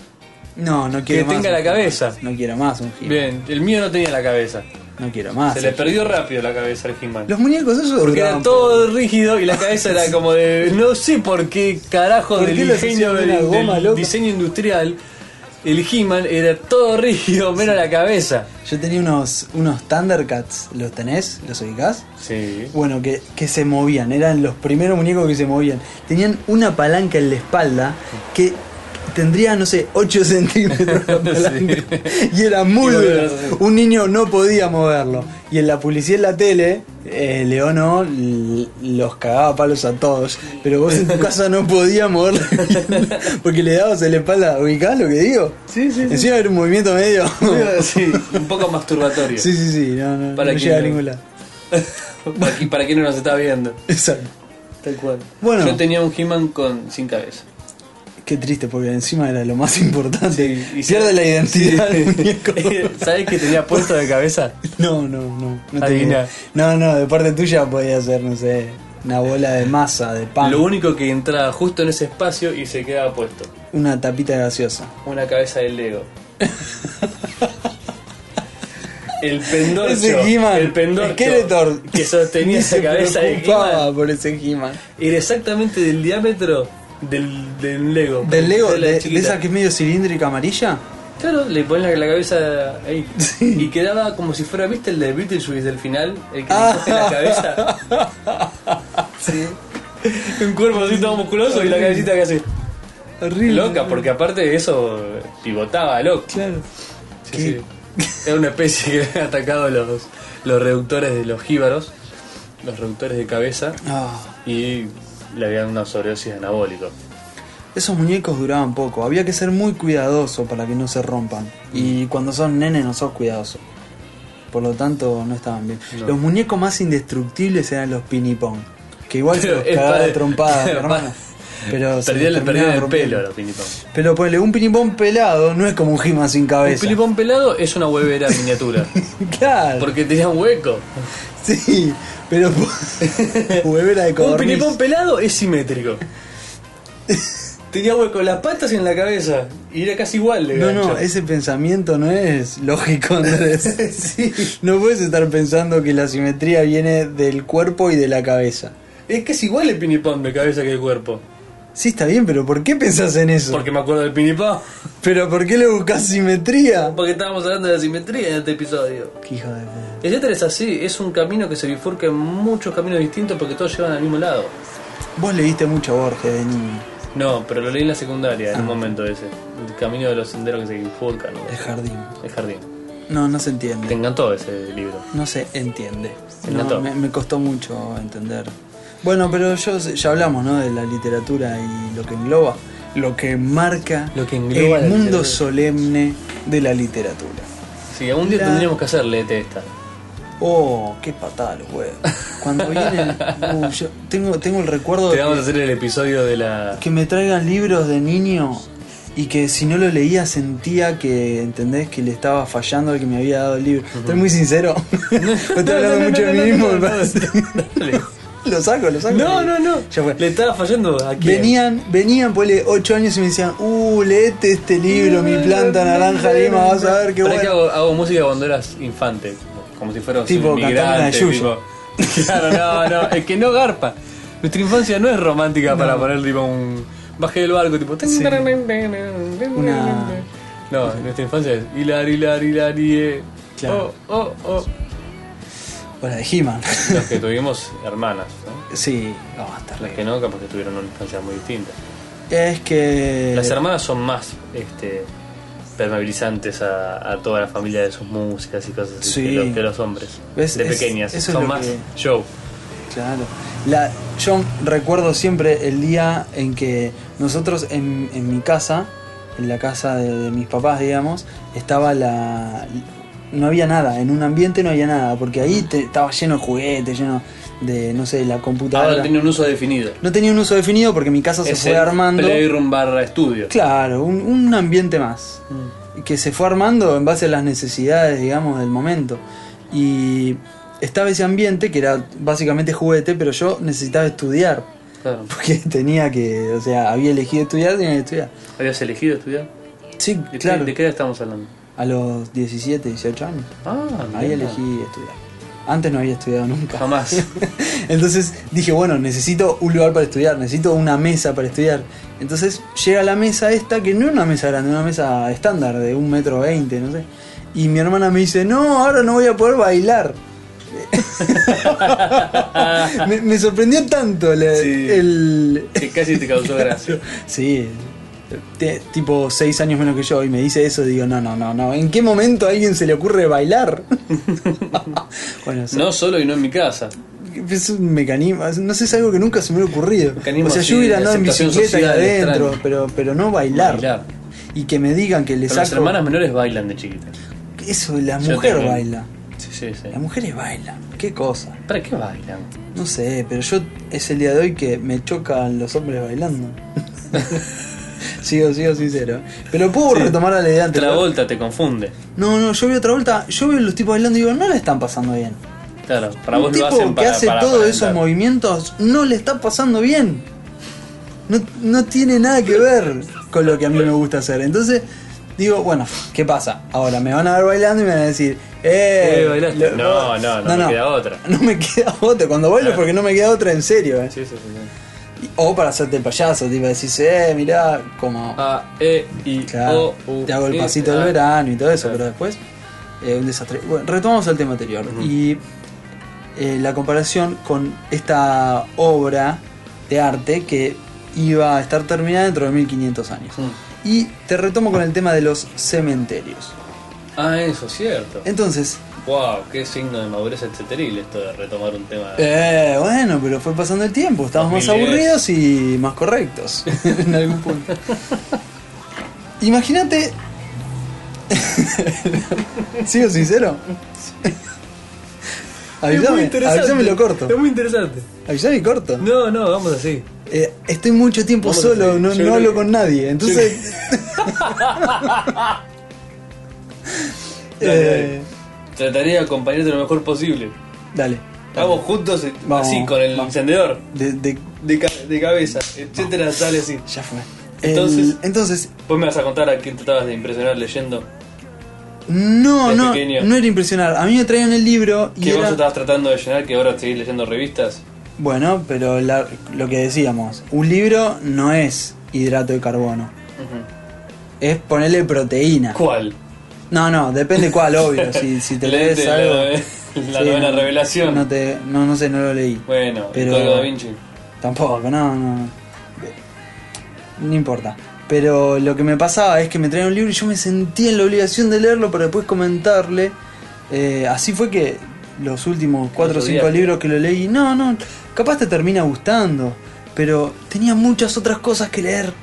S2: No, no quiero más.
S1: tenga
S2: un
S1: la
S2: giro.
S1: cabeza.
S2: No quiero más un giro.
S1: Bien, el mío no tenía la cabeza.
S2: No quiero más.
S1: Se le perdió rápido la cabeza al He-Man.
S2: Los muñecos esos
S1: Porque era
S2: duraban
S1: todo rígido y la cabeza era como de. No sé por qué carajo
S2: ¿Por
S1: del
S2: qué los
S1: diseño,
S2: hicieron de
S1: del,
S2: una goma
S1: del
S2: loca?
S1: diseño industrial. El He-Man era todo rígido, menos la cabeza.
S2: poco. Yo tenía unos, unos Thundercats. ¿Los tenés? ¿Los ubicás?
S1: Sí.
S2: Bueno, que, que se movían. Eran los primeros muñecos que se movían. Tenían una palanca en la espalda que tendría, no sé, 8 (laughs) centímetros de palanca. Y era muy
S1: Y
S2: dura.
S1: volverse.
S2: Un niño no podía moverlo. Y en la publicidad en la tele, eh, Leono l- los cagaba a palos a todos. Pero vos en tu casa no podías moverlo. (laughs) Porque le dabas en la espalda. ¿Ubicás lo que digo?
S1: Sí, sí, sí.
S2: Encima era un movimiento medio.
S1: Sí, un poco masturbatorio.
S2: (laughs) Sí, sí, sí. No, no,
S1: Para
S2: no
S1: quien
S2: llega a
S1: no.
S2: ningún lado.
S1: Para, qui- para quien no nos está viendo.
S2: Exacto.
S1: Tal cual.
S2: Bueno.
S1: Yo tenía un He-Man con, sin cabeza.
S2: Qué triste, porque encima era lo más (laughs) importante.
S1: Sí,
S2: (laughs)
S1: y
S2: Pierde
S1: se-
S2: la identidad del
S1: (laughs)
S2: (laughs) muñeco.
S1: ¿Sabés que tenía puesto de cabeza?
S2: No, no, no. No,
S1: Adivina.
S2: tenía. no, no, de parte tuya podía ser, no sé, una bola de masa, de pan,
S1: Lo único que entraba justo en ese espacio y se quedaba puesto.
S2: una tapita gaseosa.
S1: Una cabeza de
S2: (laughs)
S1: Lego. El pendorcho.
S2: Ese He-Man,
S1: el pendorcho
S2: Skeletor,
S1: que sostenía
S2: (laughs) ni
S1: esa
S2: se
S1: cabeza de
S2: preocupaba
S1: He-Man
S2: por ese He-Man.
S1: era exactamente del diámetro del, del Lego.
S2: ¿Del Lego?
S1: De la
S2: De, de
S1: chiquita.
S2: esa que es medio cilíndrica amarilla?
S1: Claro, le ponen la, la cabeza
S2: (laughs)
S1: ahí. Y quedaba como si fuera, ¿viste el de Beetlejuice del final? El que
S2: Ah.
S1: le coge la
S2: (laughs)
S1: cabeza. (laughs)
S2: Sí.
S1: Un cuerpo así todo musculoso y la cabecita que hace.
S2: Horrible.
S1: Loca, porque aparte de eso pivotaba, loco.
S2: Claro.
S1: Sí, sí. Era una especie que había atacado los, los reductores de los jíbaros, los reductores de cabeza,
S2: Ah,
S1: y le habían una sobredosis de anabólico.
S2: esos muñecos duraban poco. Había que ser muy cuidadoso para que no se rompan.
S1: Mm.
S2: Y cuando sos nene no sos cuidadoso. Por lo tanto, no estaban bien.
S1: No.
S2: Los muñecos más indestructibles eran los pinipón. Que igual se
S1: (laughs) Pero
S2: los
S1: es
S2: cagaba
S1: padre- (laughs)
S2: a trompada, mi
S1: padre-
S2: hermano. Pero se
S1: Perdían
S2: los
S1: el, perdían
S2: terminaba
S1: el
S2: rompiendo.
S1: pelo a los pinipón.
S2: Pero ponele, un pinipón pelado no es como un jima sin
S1: Un
S2: cabeza.
S1: pinipón pelado es una huevera
S2: (laughs)
S1: miniatura,
S2: claro.
S1: porque tenía un hueco.
S2: Sí, pero. (laughs)
S1: (laughs)
S2: Huevera de
S1: Un
S2: codorniz.
S1: pinipón pelado es
S2: (laughs)
S1: simétrico. Tenía hueco en las patas y en la cabeza, y era casi igual de
S2: No,
S1: gancho.
S2: no, ese pensamiento no es
S1: (laughs)
S2: lógico, Andrés. No puedes estar pensando que la simetría viene del cuerpo y de la cabeza.
S1: Es casi igual el pinipón de cabeza que el cuerpo.
S2: Sí, está bien, pero ¿por qué pensás en eso?
S1: Porque me acuerdo del pinipón.
S2: ¿Pero por qué le buscas simetría?
S1: Porque estábamos hablando de la simetría en este episodio.
S2: Qué hijo de puta.
S1: El éter es así, es un camino que se bifurca en muchos caminos distintos porque todos llevan al mismo lado.
S2: Vos leíste mucho a Borges de niño.
S1: No, pero lo leí en la secundaria, en un
S2: Ah.
S1: momento ese. El camino de los senderos que se bifurcan. ¿no?
S2: El jardín.
S1: El jardín.
S2: No, no se
S1: Te
S2: entiende.
S1: encantó ese libro.
S2: No se entiende.
S1: Te
S2: No,
S1: encantó.
S2: me, me costó mucho entender. Bueno, pero yo ya hablamos, ¿no? De la literatura y lo que engloba, lo que marca
S1: Lo que engloba la
S2: el mundo
S1: literatura.
S2: solemne de la literatura.
S1: Sí, algún día
S2: La-
S1: tendríamos que hacer léete esta.
S2: Oh, qué patada los huevos. Cuando vienen.
S1: (laughs)
S2: Uh, yo tengo, tengo el recuerdo
S1: Te vamos a
S2: de
S1: hacer el episodio de la.
S2: que me traigan libros de niño y que si no lo leía sentía que, ¿entendés? Que le estaba fallando al que me había dado el libro. Estoy
S1: (laughs)
S2: muy sincero. (laughs) No estoy
S1: No,
S2: hablando
S1: no, no,
S2: mucho
S1: no,
S2: de mí
S1: no,
S2: mismo.
S1: no,
S2: me
S1: no,
S2: parece.
S1: Dale.
S2: Lo saco, lo saco.
S1: No, no, no.
S2: Ya fue.
S1: Le estaba fallando a quién?
S2: Venían, venían, ponle 8 años y me decían, uh, leete este libro, mi planta naranja lima, vas a ver qué
S1: Pará que
S2: bueno.
S1: hago, hago música cuando eras infante, como si fueras
S2: Tipo,
S1: un inmigrante.
S2: cantando la
S1: Tipo, (laughs) claro, no, no, es que no garpa. Nuestra infancia no es romántica para poner tipo un baje del barco, tipo.
S2: Sí. Una-
S1: No, nuestra infancia es hilar, hilar, hilar, y eh.
S2: Claro.
S1: Oh, oh, oh.
S2: Bueno, de He-Man.
S1: Los que tuvimos hermanas, ¿no?
S2: sí, no, está
S1: Las
S2: re.
S1: que no, capaz que tuvieron una infancia muy distinta.
S2: Es que.
S1: Las hermanas son más este, permeabilizantes a, a toda la familia de sus músicas y cosas así
S2: Sí.
S1: que, los, que los hombres.
S2: ¿Ves?
S1: De
S2: Es-
S1: pequeñas.
S2: eso es
S1: son
S2: lo
S1: más
S2: que-
S1: show.
S2: Claro. La, yo recuerdo siempre el día en que nosotros en, en mi casa, en la casa de, de mis papás, digamos, estaba la... No había nada, en un ambiente no había nada, porque ahí te- estaba lleno de juguetes, lleno de, no sé, la
S1: Ah,
S2: computadora.
S1: no tiene un uso definido.
S2: No tenía un uso definido porque mi casa se
S1: Es
S2: fue
S1: el
S2: armando.
S1: Playroom barra estudio. Mm.
S2: Claro, un, un ambiente más. Que se fue armando en base a las necesidades, digamos, del momento. Y estaba ese ambiente que era básicamente juguete, pero yo necesitaba estudiar. (laughs)
S1: Claro.
S2: Porque tenía que, o sea, había elegido estudiar, tenía que estudiar.
S1: ¿Habías elegido estudiar?
S2: Sí,
S1: ¿De, qué-
S2: claro.
S1: de qué edad estamos hablando?
S2: A los 17, 18 años.
S1: Ah, mira.
S2: Ahí elegí estudiar. Antes no había estudiado nunca.
S1: Jamás.
S2: (laughs) Entonces dije, bueno, necesito un lugar para estudiar, necesito una mesa para estudiar. Entonces llega la mesa esta, que no es una mesa grande, una mesa estándar de un metro veinte, no sé. Y mi hermana me dice, no, ahora no voy a poder bailar. (laughs) me, me sorprendió tanto la-
S1: Sí.
S2: el...
S1: que casi te causó gracia.
S2: Sí, te- tipo seis años menos que yo y me dice eso, digo, no, no, no, no, ¿en qué momento a alguien se le
S1: (laughs)
S2: ocurre bailar? bueno, (laughs) sí.
S1: No solo y no en mi casa.
S2: Es un mecanismo, es- no sé, es algo que nunca se me hubiera ocurrido.
S1: Mecanismo
S2: o sea,
S1: así
S2: yo hubiera
S1: de
S2: andado en
S1: aceptación
S2: bicicleta ahí
S1: social
S2: adentro,
S1: extraño.
S2: pero, pero no bailar.
S1: Bailar.
S2: Y que me digan que le
S1: Pero las
S2: saco.
S1: hermanas menores bailan de chiquitas.
S2: Eso, la
S1: Yo
S2: mujer
S1: tengo-
S2: baila.
S1: Sí, sí, sí.
S2: Las mujeres bailan, qué cosa.
S1: ¿Para qué bailan?
S2: No sé, pero yo es el día de hoy que me chocan los hombres
S1: (laughs)
S2: bailando. sigo, sigo sincero. Pero puedo
S1: Sí.
S2: retomar a la idea anterior.
S1: La vuelta te confunde.
S2: No, no, yo veo otra vuelta, yo veo los tipos bailando y digo, no la están pasando bien.
S1: Claro, para
S2: un
S1: vos
S2: tipo
S1: lo hacen
S2: que
S1: para.
S2: hace
S1: para
S2: todos esos
S1: aparentar.
S2: movimientos no le está pasando bien. No, no tiene nada que ver con lo que a mí me gusta hacer. Entonces, digo, bueno, ¿qué pasa? Ahora me van a ver bailando y me van a decir, ¡eh!
S1: Eh, bailaste.
S2: lo-
S1: No, no, no, me queda otra.
S2: (laughs) No me queda otra. Cuando bailo
S1: Claro.
S2: es porque no me queda otra, en serio. ¿eh?
S1: Sí, sí, sí, sí.
S2: O para hacerte el payaso, tipo, decís, ¡eh! Mirá, como.
S1: A, E, I,
S2: Claro,
S1: O, U.
S2: te hago el
S1: I,
S2: pasito
S1: A.
S2: del verano y todo eso,
S1: Claro.
S2: pero después eh, un desastre. Bueno, retomamos el tema anterior
S1: Ujú.
S2: y eh, la comparación con esta obra de arte que iba a estar terminada dentro de 1500 años.
S1: Mm.
S2: Y te retomo con el tema de los cementerios.
S1: Ah, eso es cierto.
S2: Entonces,
S1: Wow, qué signo de madurez etcéteril esto de retomar un tema.
S2: eh, bueno, pero fue pasando el tiempo, estábamos más
S1: 2010.
S2: aburridos y más correctos (laughs) en algún punto. Imagínate. (laughs) ¿Sigo sincero? Avisame, avisame y lo corto.
S1: Es muy interesante.
S2: Avisame y corto.
S1: No, no, vamos así.
S2: Eh, estoy mucho tiempo
S1: Vamos a
S2: solo,
S1: seguir.
S2: no,
S1: Yo
S2: no
S1: creo
S2: hablo
S1: que-
S2: con nadie. Entonces.
S1: Dale, dale.
S2: (laughs) Eh,
S1: Trataré de acompañarte lo mejor posible.
S2: dale.
S1: Vamos juntos, eh,
S2: Vamos,
S1: así, con el
S2: vamos.
S1: encendedor.
S2: De- de-
S1: De, ca- de cabeza, etcétera, sale así.
S2: ya fue.
S1: Entonces-
S2: El- entonces
S1: Vos me vas a contar a quién tratabas de impresionar leyendo.
S2: No,
S1: De
S2: no,
S1: pequeño.
S2: no era impresionar. A mí me traían el libro y
S1: Que vos
S2: era...
S1: estabas tratando de llenar que ahora seguís leyendo revistas.
S2: Bueno, pero la- lo que decíamos, un libro no es hidrato de carbono,
S1: Ujú.
S2: es ponerle proteína.
S1: ¿Cuál?
S2: No, no, depende cuál, obvio. Si, si
S1: (laughs)
S2: te
S1: Leete
S2: lees
S1: la
S2: algo...
S1: nove- la
S2: Sí,
S1: novena
S2: no,
S1: revelación.
S2: No, te, no, no sé, no lo leí.
S1: Bueno, el
S2: Pero-
S1: Código da Vinci.
S2: Tampoco, no, no. No importa. Pero lo que me pasaba es que me traían un libro y yo me sentía en la obligación de leerlo para después comentarle. Eh, así fue que los últimos 4 o 5
S1: odiaste.
S2: libros que lo leí, no, no, capaz te termina gustando, pero tenía muchas otras cosas que leer.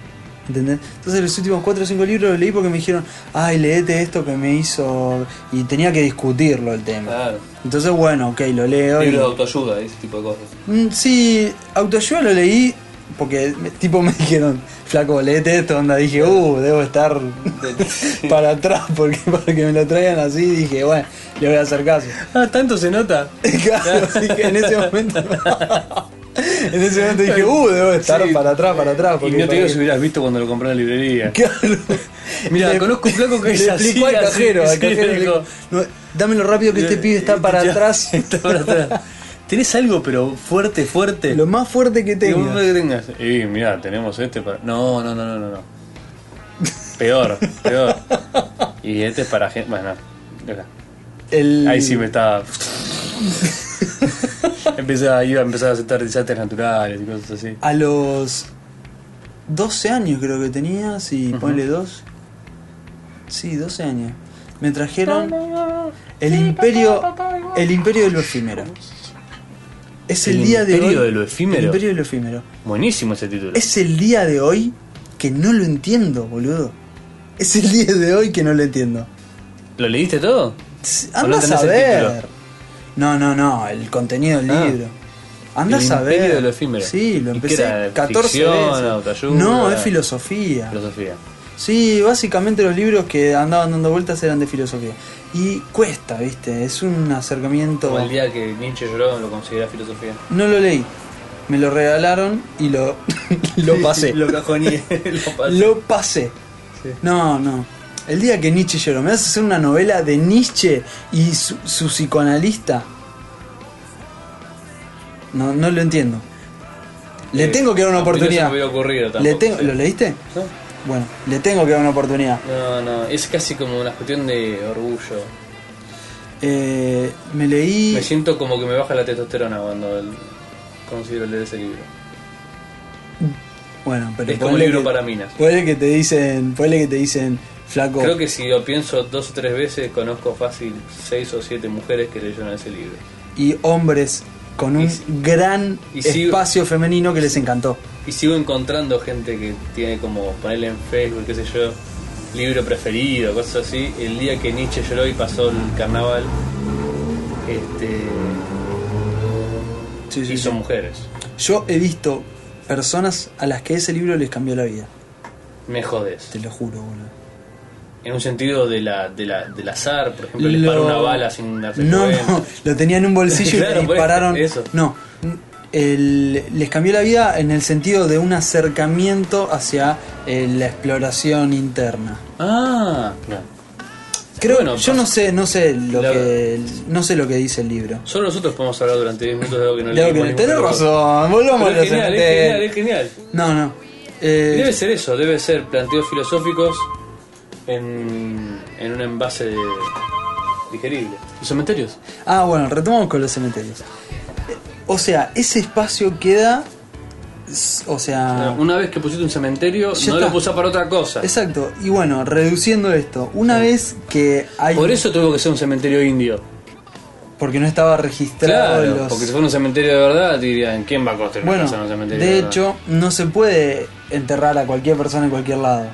S2: ¿Entendés? Entonces los últimos 4 o 5 libros los leí porque me dijeron, ay, leete esto que me hizo... Y tenía que discutirlo el tema.
S1: Claro.
S2: Entonces, bueno, ok, lo leo. y...
S1: Libros de autoayuda, ese tipo de cosas.
S2: Mm, Sí, autoayuda lo leí porque me- tipo me (laughs) dijeron, flaco, leete esto, onda, dije, uh, debo estar (laughs) para atrás porque para que me lo traigan así, dije, bueno, le voy a hacer caso. (laughs)
S1: Ah, tanto se nota.
S2: Claro, así que en ese momento (laughs) en ese momento dije, uh, debo estar
S1: Sí.
S2: para atrás, para atrás,
S1: Y
S2: porque
S1: no te digo
S2: para-
S1: si hubieras visto cuando lo compré en la librería. (laughs)
S2: Claro.
S1: Mira,
S2: Le-
S1: conozco un flaco que
S2: le
S1: es así,
S2: explicó al
S1: así,
S2: cajero, al
S1: sí,
S2: cajero, le
S1: dijo. eh,
S2: dijo, "No, dámelo rápido que este pibe está para
S1: Ya, (laughs)
S2: atrás,
S1: Está para atrás. ¿Tenés algo pero fuerte, fuerte?
S2: lo más fuerte que
S1: Digo,
S2: tenga.
S1: que tengas. Y mira, tenemos este para. No, no, no, no, no, no. Peor,
S2: (laughs)
S1: peor. Y este es para gente. Bueno, no.
S2: El-
S1: ahí sí me
S2: (laughs)
S1: estaba. Empezaba, iba a empezar a aceptar desastres naturales y cosas así.
S2: A los 12 años creo que tenía, sí, ponle dos. Sí, 12 años. Me trajeron el imperio el imperio de lo efímero. Es el,
S1: El
S2: día de hoy.
S1: Imperio de lo Efímero.
S2: El imperio de lo efímero.
S1: Buenísimo ese título.
S2: Es el día de hoy que no lo entiendo, boludo. Es el día de hoy que no lo entiendo.
S1: ¿Lo leíste todo?
S2: Anda
S1: no
S2: a
S1: tenés el
S2: ver.
S1: título?
S2: No, no, no, el contenido del
S1: Ah.
S2: libro. Anda
S1: El
S2: a ver.
S1: imperio de lo efímero.
S2: Sí, lo
S1: ¿Y qué
S2: empecé
S1: era?
S2: 14
S1: ¿Ficción,
S2: veces.
S1: autoayuda?
S2: no, es filosofía.
S1: Filosofía.
S2: Sí, básicamente los libros que andaban dando vueltas eran de filosofía. Y cuesta, viste, es un acercamiento.
S1: Como el día que Nietzsche lloró lo considera filosofía.
S2: No lo leí. Me lo regalaron y lo, (laughs) lo pasé.
S1: lo
S2: (laughs)
S1: cajoneé. lo pasé.
S2: Lo pasé.
S1: Sí.
S2: No, no. El día que Nietzsche lloró, me vas a hacer una novela de Nietzsche y su, su psicoanalista. No, no lo entiendo. Le
S1: Eh,
S2: tengo que dar una
S1: a mí no se
S2: oportunidad.
S1: me hubiera ocurrido
S2: Le
S1: tampoco,
S2: tengo,
S1: sí.
S2: ¿Lo leíste?
S1: ¿No?
S2: Bueno, le tengo que dar una oportunidad.
S1: No, no, es casi como una cuestión de orgullo.
S2: Eh, me leí.
S1: Me siento como que me baja la testosterona cuando el- considero leer ese libro.
S2: Bueno, pero
S1: es como un
S2: ponele
S1: libro
S2: que-
S1: para minas.
S2: Ponele que te dicen, ponele que te dicen, flaco.
S1: Creo que si lo pienso dos o tres veces, conozco fácil seis o siete mujeres que leyeron ese libro.
S2: y hombres con un
S1: Y si-
S2: gran
S1: y si-
S2: espacio femenino que les encantó.
S1: Y sigo encontrando gente que tiene como ponerle en Facebook, qué sé yo, libro preferido, cosas así. El día que Nietzsche lloró y pasó el carnaval, este,
S2: Sí, sí,
S1: y son
S2: sí.
S1: mujeres.
S2: Yo he visto personas a las que ese libro les cambió la vida.
S1: Me jodes.
S2: Te lo juro, boludo.
S1: En un sentido de la, de la, del azar, por ejemplo, les
S2: Lo-
S1: paró una bala sin darse
S2: No,
S1: cuenta.
S2: no, lo tenía en un
S1: (laughs)
S2: bolsillo y
S1: Claro,
S2: le
S1: por
S2: dispararon.
S1: eso.
S2: No, el- les cambió la vida en el sentido de un acercamiento hacia eh, la exploración interna.
S1: Ah, no.
S2: Creo,
S1: Bueno,
S2: yo no sé, no sé lo
S1: La-
S2: que, no sé lo que dice el libro.
S1: Solo nosotros podemos hablar durante 10 minutos de algo que no
S2: Tengo
S1: leímos
S2: que-
S1: ningún
S2: tenés
S1: otro.
S2: razón,
S1: Pero
S2: volvamos a
S1: es genial, es genial, es genial.
S2: No, no. Eh,
S1: Debe ser eso, debe ser planteos filosóficos en, en un envase digerible. ¿Los cementerios?
S2: Ah, bueno, retomamos con los cementerios. Eh, O sea, ese espacio queda. s- O sea.
S1: Una vez que pusiste un cementerio,
S2: Ah. Ya
S1: no
S2: está.
S1: lo pusas para otra cosa.
S2: Exacto. Y bueno, reduciendo esto, una vez que hay.
S1: Por eso tuvo que ser un cementerio indio.
S2: Porque no estaba registrado
S1: Claro,
S2: los.
S1: porque si fuera un cementerio de verdad, dirían, ¿quién va a construir una
S2: bueno,
S1: casa en un cementerio
S2: de
S1: verdad?
S2: hecho, no se puede enterrar a cualquier persona en cualquier lado.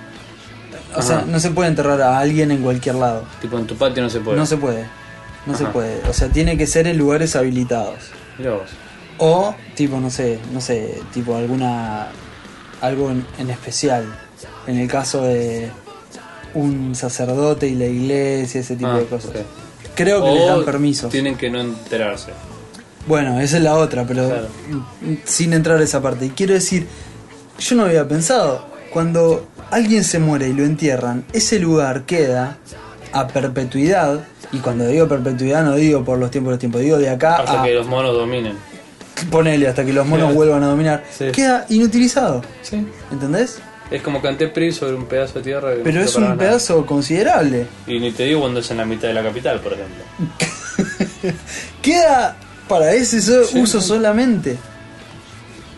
S2: O sea,
S1: Ajá.
S2: no se puede enterrar a alguien en cualquier lado.
S1: Tipo, en tu patio no se puede.
S2: No se puede. No se
S1: Ajá.
S2: puede. O sea, tiene que ser en lugares habilitados.
S1: Mirá vos.
S2: O tipo, no sé, no sé, tipo alguna. algo en, en especial. En el caso de un sacerdote y la iglesia, ese tipo
S1: Ah,
S2: de cosas.
S1: ok.
S2: Creo que les
S1: O
S2: dan permisos.
S1: Tienen que no enterarse.
S2: Bueno, esa es la otra, pero
S1: Claro.
S2: mm, sin entrar a esa parte. Y quiero decir, yo no había pensado, cuando alguien se muere y lo entierran, ese lugar queda a perpetuidad, y cuando digo perpetuidad no digo por los tiempos, los tiempos, digo de acá
S1: Hasta
S2: a,
S1: que los monos dominen.
S2: ponele hasta que los monos
S1: Claro.
S2: vuelvan a dominar,
S1: Sí.
S2: queda inutilizado.
S1: Sí.
S2: ¿Entendés?
S1: Es como canté PRI sobre un pedazo de tierra. que no
S2: Pero
S1: sirve
S2: es
S1: para
S2: un
S1: nada. (laughs)
S2: pedazo considerable.
S1: Y ni te digo cuando es en la mitad de la capital, por ejemplo.
S2: Queda para ese so- uso solamente.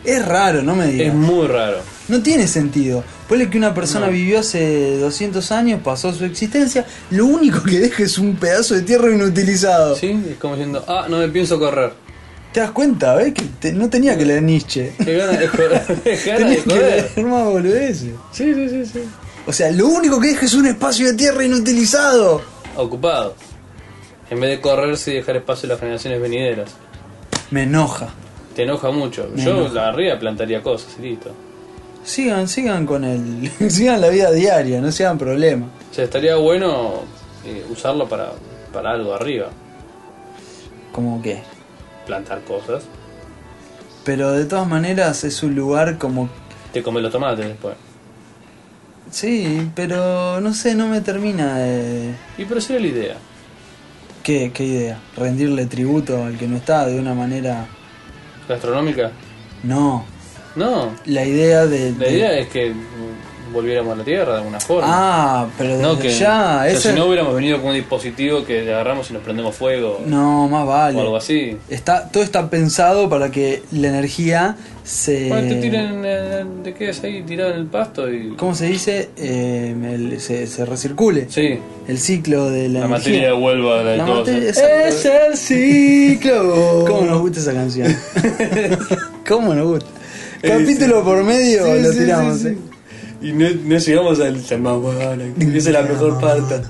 S2: Es raro, no me
S1: Es
S2: digas.
S1: muy raro.
S2: No tiene sentido. Ponle que una persona
S1: No.
S2: vivió hace 200 años, pasó su existencia, lo único que deja es un pedazo de tierra inutilizado.
S1: ¿Sí? Es como diciendo, ah, no me pienso correr.
S2: ¿Te das cuenta, ves? Que te- no tenía que leer Nietzsche.
S1: (laughs) Qué ganas de correr. Qué ganas de
S2: Tenía que
S1: correr.
S2: leer más boludeces.
S1: Sí, sí, sí, sí.
S2: O sea, lo único que deja es un espacio de tierra inutilizado.
S1: Ocupado. En vez de correrse y dejar espacio a las generaciones venideras.
S2: Me enoja.
S1: Te enoja mucho.
S2: Me
S1: Yo
S2: enoja.
S1: la arriba plantaría cosas y listo.
S2: Sigan, sigan con el. (laughs) sigan la vida diaria, no sean problema.
S1: O sea, estaría bueno eh, usarlo para, para algo arriba.
S2: Como que.
S1: Plantar cosas.
S2: Pero de todas maneras es un lugar como.
S1: Te comes los tomates después.
S2: Sí, pero no sé, no me termina de.
S1: Y pero sería la idea.
S2: ¿Qué, qué idea? ¿Rendirle tributo al que no está de una manera.?
S1: ¿Gastronómica?
S2: No.
S1: No.
S2: La idea de.
S1: La
S2: de-
S1: idea es que volviéramos a la Tierra de alguna forma.
S2: Ah, pero
S1: No,
S2: desde
S1: que o
S2: ya.
S1: sea,
S2: esa-
S1: si no hubiéramos venido con un dispositivo que agarramos y nos prendemos fuego
S2: No, más vale.
S1: o algo así.
S2: Está, todo está pensado para que la energía se.
S1: Bueno, te tiran, eh, te quedas ahí tirado en el pasto y.
S2: ¿Cómo se dice? Eh, el- se, se recircule.
S1: Sí,
S2: El ciclo de la,
S1: la
S2: energía.
S1: materia vuelve a la de ¿eh?
S2: La
S1: todo.
S2: materia-
S1: Es
S2: exacto.
S1: el ciclo.
S2: (laughs) ¿Cómo nos gusta esa canción?
S1: (laughs)
S2: ¿Cómo nos gusta? Capítulo por medio
S1: Sí,
S2: lo
S1: sí,
S2: tiramos.
S1: sí,
S2: eh.
S1: sí. Y no, no llegamos al Yamaguara, que esa es la mejor parte.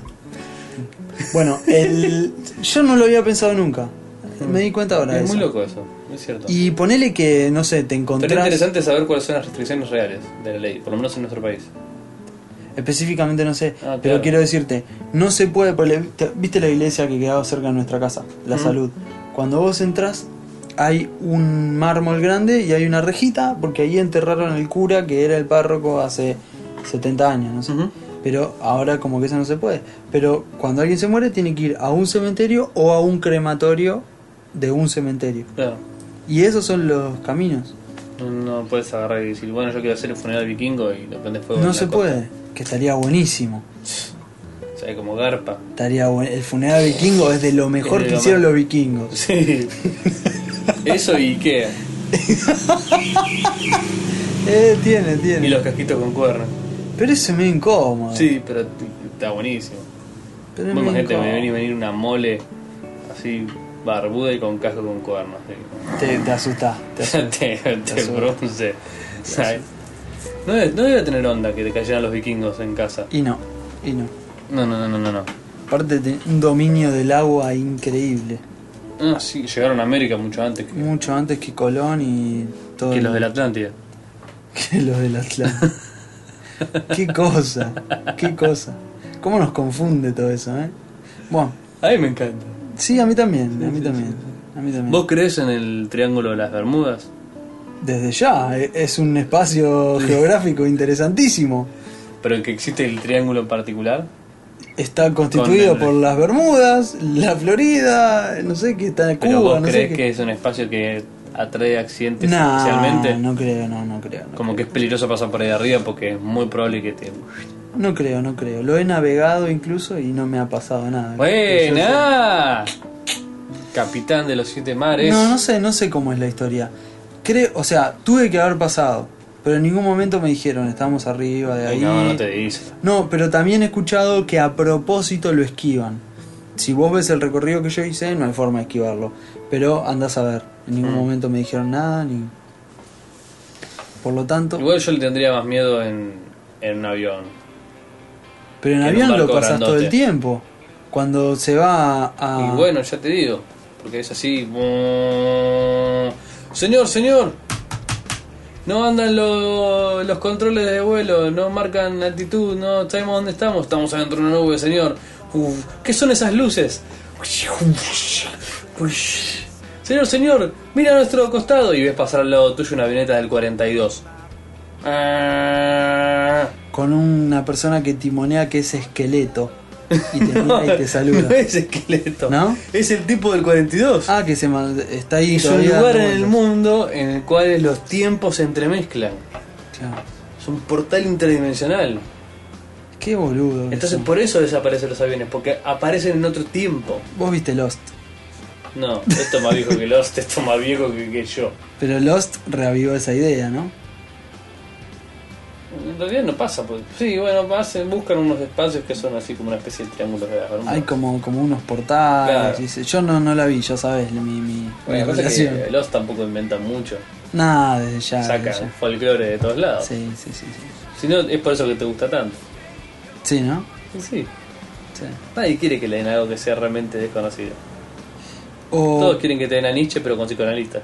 S2: Bueno, el- yo no lo había pensado nunca. Me di cuenta ahora. de
S1: Mm. Es muy
S2: eso.
S1: loco eso, no es cierto.
S2: Y ponele que, no sé, te
S1: Sería
S2: encontrás.
S1: interesante saber cuáles son las restricciones reales de la ley, por lo menos en nuestro país.
S2: Específicamente no sé,
S1: Ah,
S2: pero
S1: claro.
S2: quiero decirte, no se puede. por la- te- ¿Viste la iglesia que quedaba cerca de nuestra casa? La
S1: Mm.
S2: salud. Cuando vos entras, hay un mármol grande y hay una rejita, porque ahí enterraron al cura que era el párroco hace 70 años, no sé. Pero ahora como que eso no se puede. Pero cuando alguien se muere tiene que ir a un cementerio o a un crematorio de un cementerio.
S1: Claro.
S2: Y esos son los caminos.
S1: No, no puedes agarrar y decir, bueno, yo quiero hacer un funeral vikingo y lo prendes fuego. en
S2: No
S1: la
S2: se
S1: costa.
S2: puede. Que estaría buenísimo.
S1: O sea, como garpa.
S2: Estaría buen- El funeral vikingo es de lo mejor
S1: de
S2: que
S1: lo
S2: hicieron
S1: más-
S2: los vikingos.
S1: Sí. (laughs) Eso y Ikea.
S2: Eh, tiene,
S1: Y
S2: tiene.
S1: los casquitos con cuernos.
S2: Pero eso es medio incómodo.
S1: Sí, pero t- está buenísimo.
S2: Pero es
S1: Vos
S2: medio
S1: Imagínate, me
S2: incómodo.
S1: venía venir una mole así barbuda y con casco con cuernos. así.
S2: Te, te asustás. te
S1: (laughs)
S2: asustás.
S1: te, te
S2: asusta.
S1: bronce. Ay. No, debe- no debe tener onda que te cayeran los vikingos en casa.
S2: Y no, y no.
S1: No, no, no, no, no. no.
S2: Aparte, tenía un dominio del agua increíble.
S1: Ah, sí, llegaron a América mucho antes que,
S2: Mucho antes que Colón y todo.
S1: que
S2: el-
S1: los de la Atlántida.
S2: (laughs) Que los
S1: (laughs)
S2: del Atlántico. qué cosa, qué cosa. ¿Cómo nos confunde todo eso, eh? Bueno,
S1: A mí me encanta.
S2: sí, a mí también, a mí también. A mí también.
S1: ¿Vos crees en el Triángulo de las Bermudas?
S2: Desde ya, e- es un espacio geográfico interesantísimo.
S1: ¿Pero que existe el triángulo en particular?
S2: Está constituido
S1: Con el-
S2: por las Bermudas, la Florida, no sé qué, está en
S1: ¿Pero
S2: Cuba,
S1: vos
S2: no sé
S1: crees
S2: qué.
S1: que es un espacio que atrae accidentes
S2: Nah,
S1: especialmente?
S2: no creo, no, no creo. No,
S1: Como que es peligroso pasar por ahí arriba porque es muy probable que te...
S2: No creo, no creo. Lo he navegado incluso y no me ha pasado nada.
S1: ¡Buena! Capitán de los siete mares.
S2: No, no sé, no sé cómo es la historia. Creo, o sea, tuve que haber pasado, pero en ningún momento me dijeron, estamos arriba de ahí.
S1: Ay, no, no te dice.
S2: No, pero también he escuchado que a propósito lo esquivan. Si vos ves el recorrido que yo hice, no hay forma de esquivarlo. Pero andás a ver. En ningún
S1: Mm.
S2: momento me dijeron nada, ni. Por lo tanto.
S1: Igual yo le tendría más miedo en, en un avión.
S2: pero en
S1: que en un
S2: avión lo
S1: barco
S2: pasás todo el
S1: grandote.
S2: tiempo. Cuando se va a.
S1: Y bueno, ya te digo, porque es así. mm, Señor, señor. No andan lo- los controles de vuelo, no marcan altitud, no sabemos dónde estamos. Estamos adentro de una nube, señor. Uf, ¿Qué son esas luces? Señor, señor, mira a nuestro costado y ves pasar al lado tuyo una avioneta del 42. Ah.
S2: Con una persona que timonea que es esqueleto.
S1: (laughs)
S2: Y te mira y te saluda.
S1: No es esqueleto.
S2: ¿No?
S1: Es el tipo del 42.
S2: Ah, que se man- está ahí.
S1: es un
S2: todavía
S1: lugar en
S2: dando
S1: el
S2: vueltas.
S1: mundo en el cual los tiempos se entremezclan.
S2: Claro.
S1: Es un portal interdimensional.
S2: Qué boludo. que
S1: Entonces
S2: son.
S1: por eso desaparecen los aviones, porque aparecen en otro tiempo.
S2: Vos viste Lost.
S1: No, esto más viejo que Lost, esto más viejo que, que yo.
S2: Pero Lost reavivó esa idea, ¿no?
S1: En realidad no pasa, pues. Sí, bueno, hacen- buscan unos espacios que son así como una especie de triángulos de las Bermudas.
S2: Hay como, como unos portales.
S1: Claro.
S2: y se- yo no, no la vi, ya sabes, mi, mi,
S1: Bueno,
S2: mi
S1: la cosa es
S2: relación.
S1: que eh, Lost tampoco inventan mucho.
S2: Nada, desde ya. desde
S1: Sacan folclore de todos
S2: ya.
S1: lados.
S2: Sí, sí, sí, sí.
S1: Si no, es por eso que te gusta tanto.
S2: Sí, ¿no?
S1: Y Sí.
S2: Sí.
S1: Nadie quiere que le den algo que sea realmente desconocido.
S2: O
S1: Todos quieren que te den a Nietzsche, pero con psicoanalista.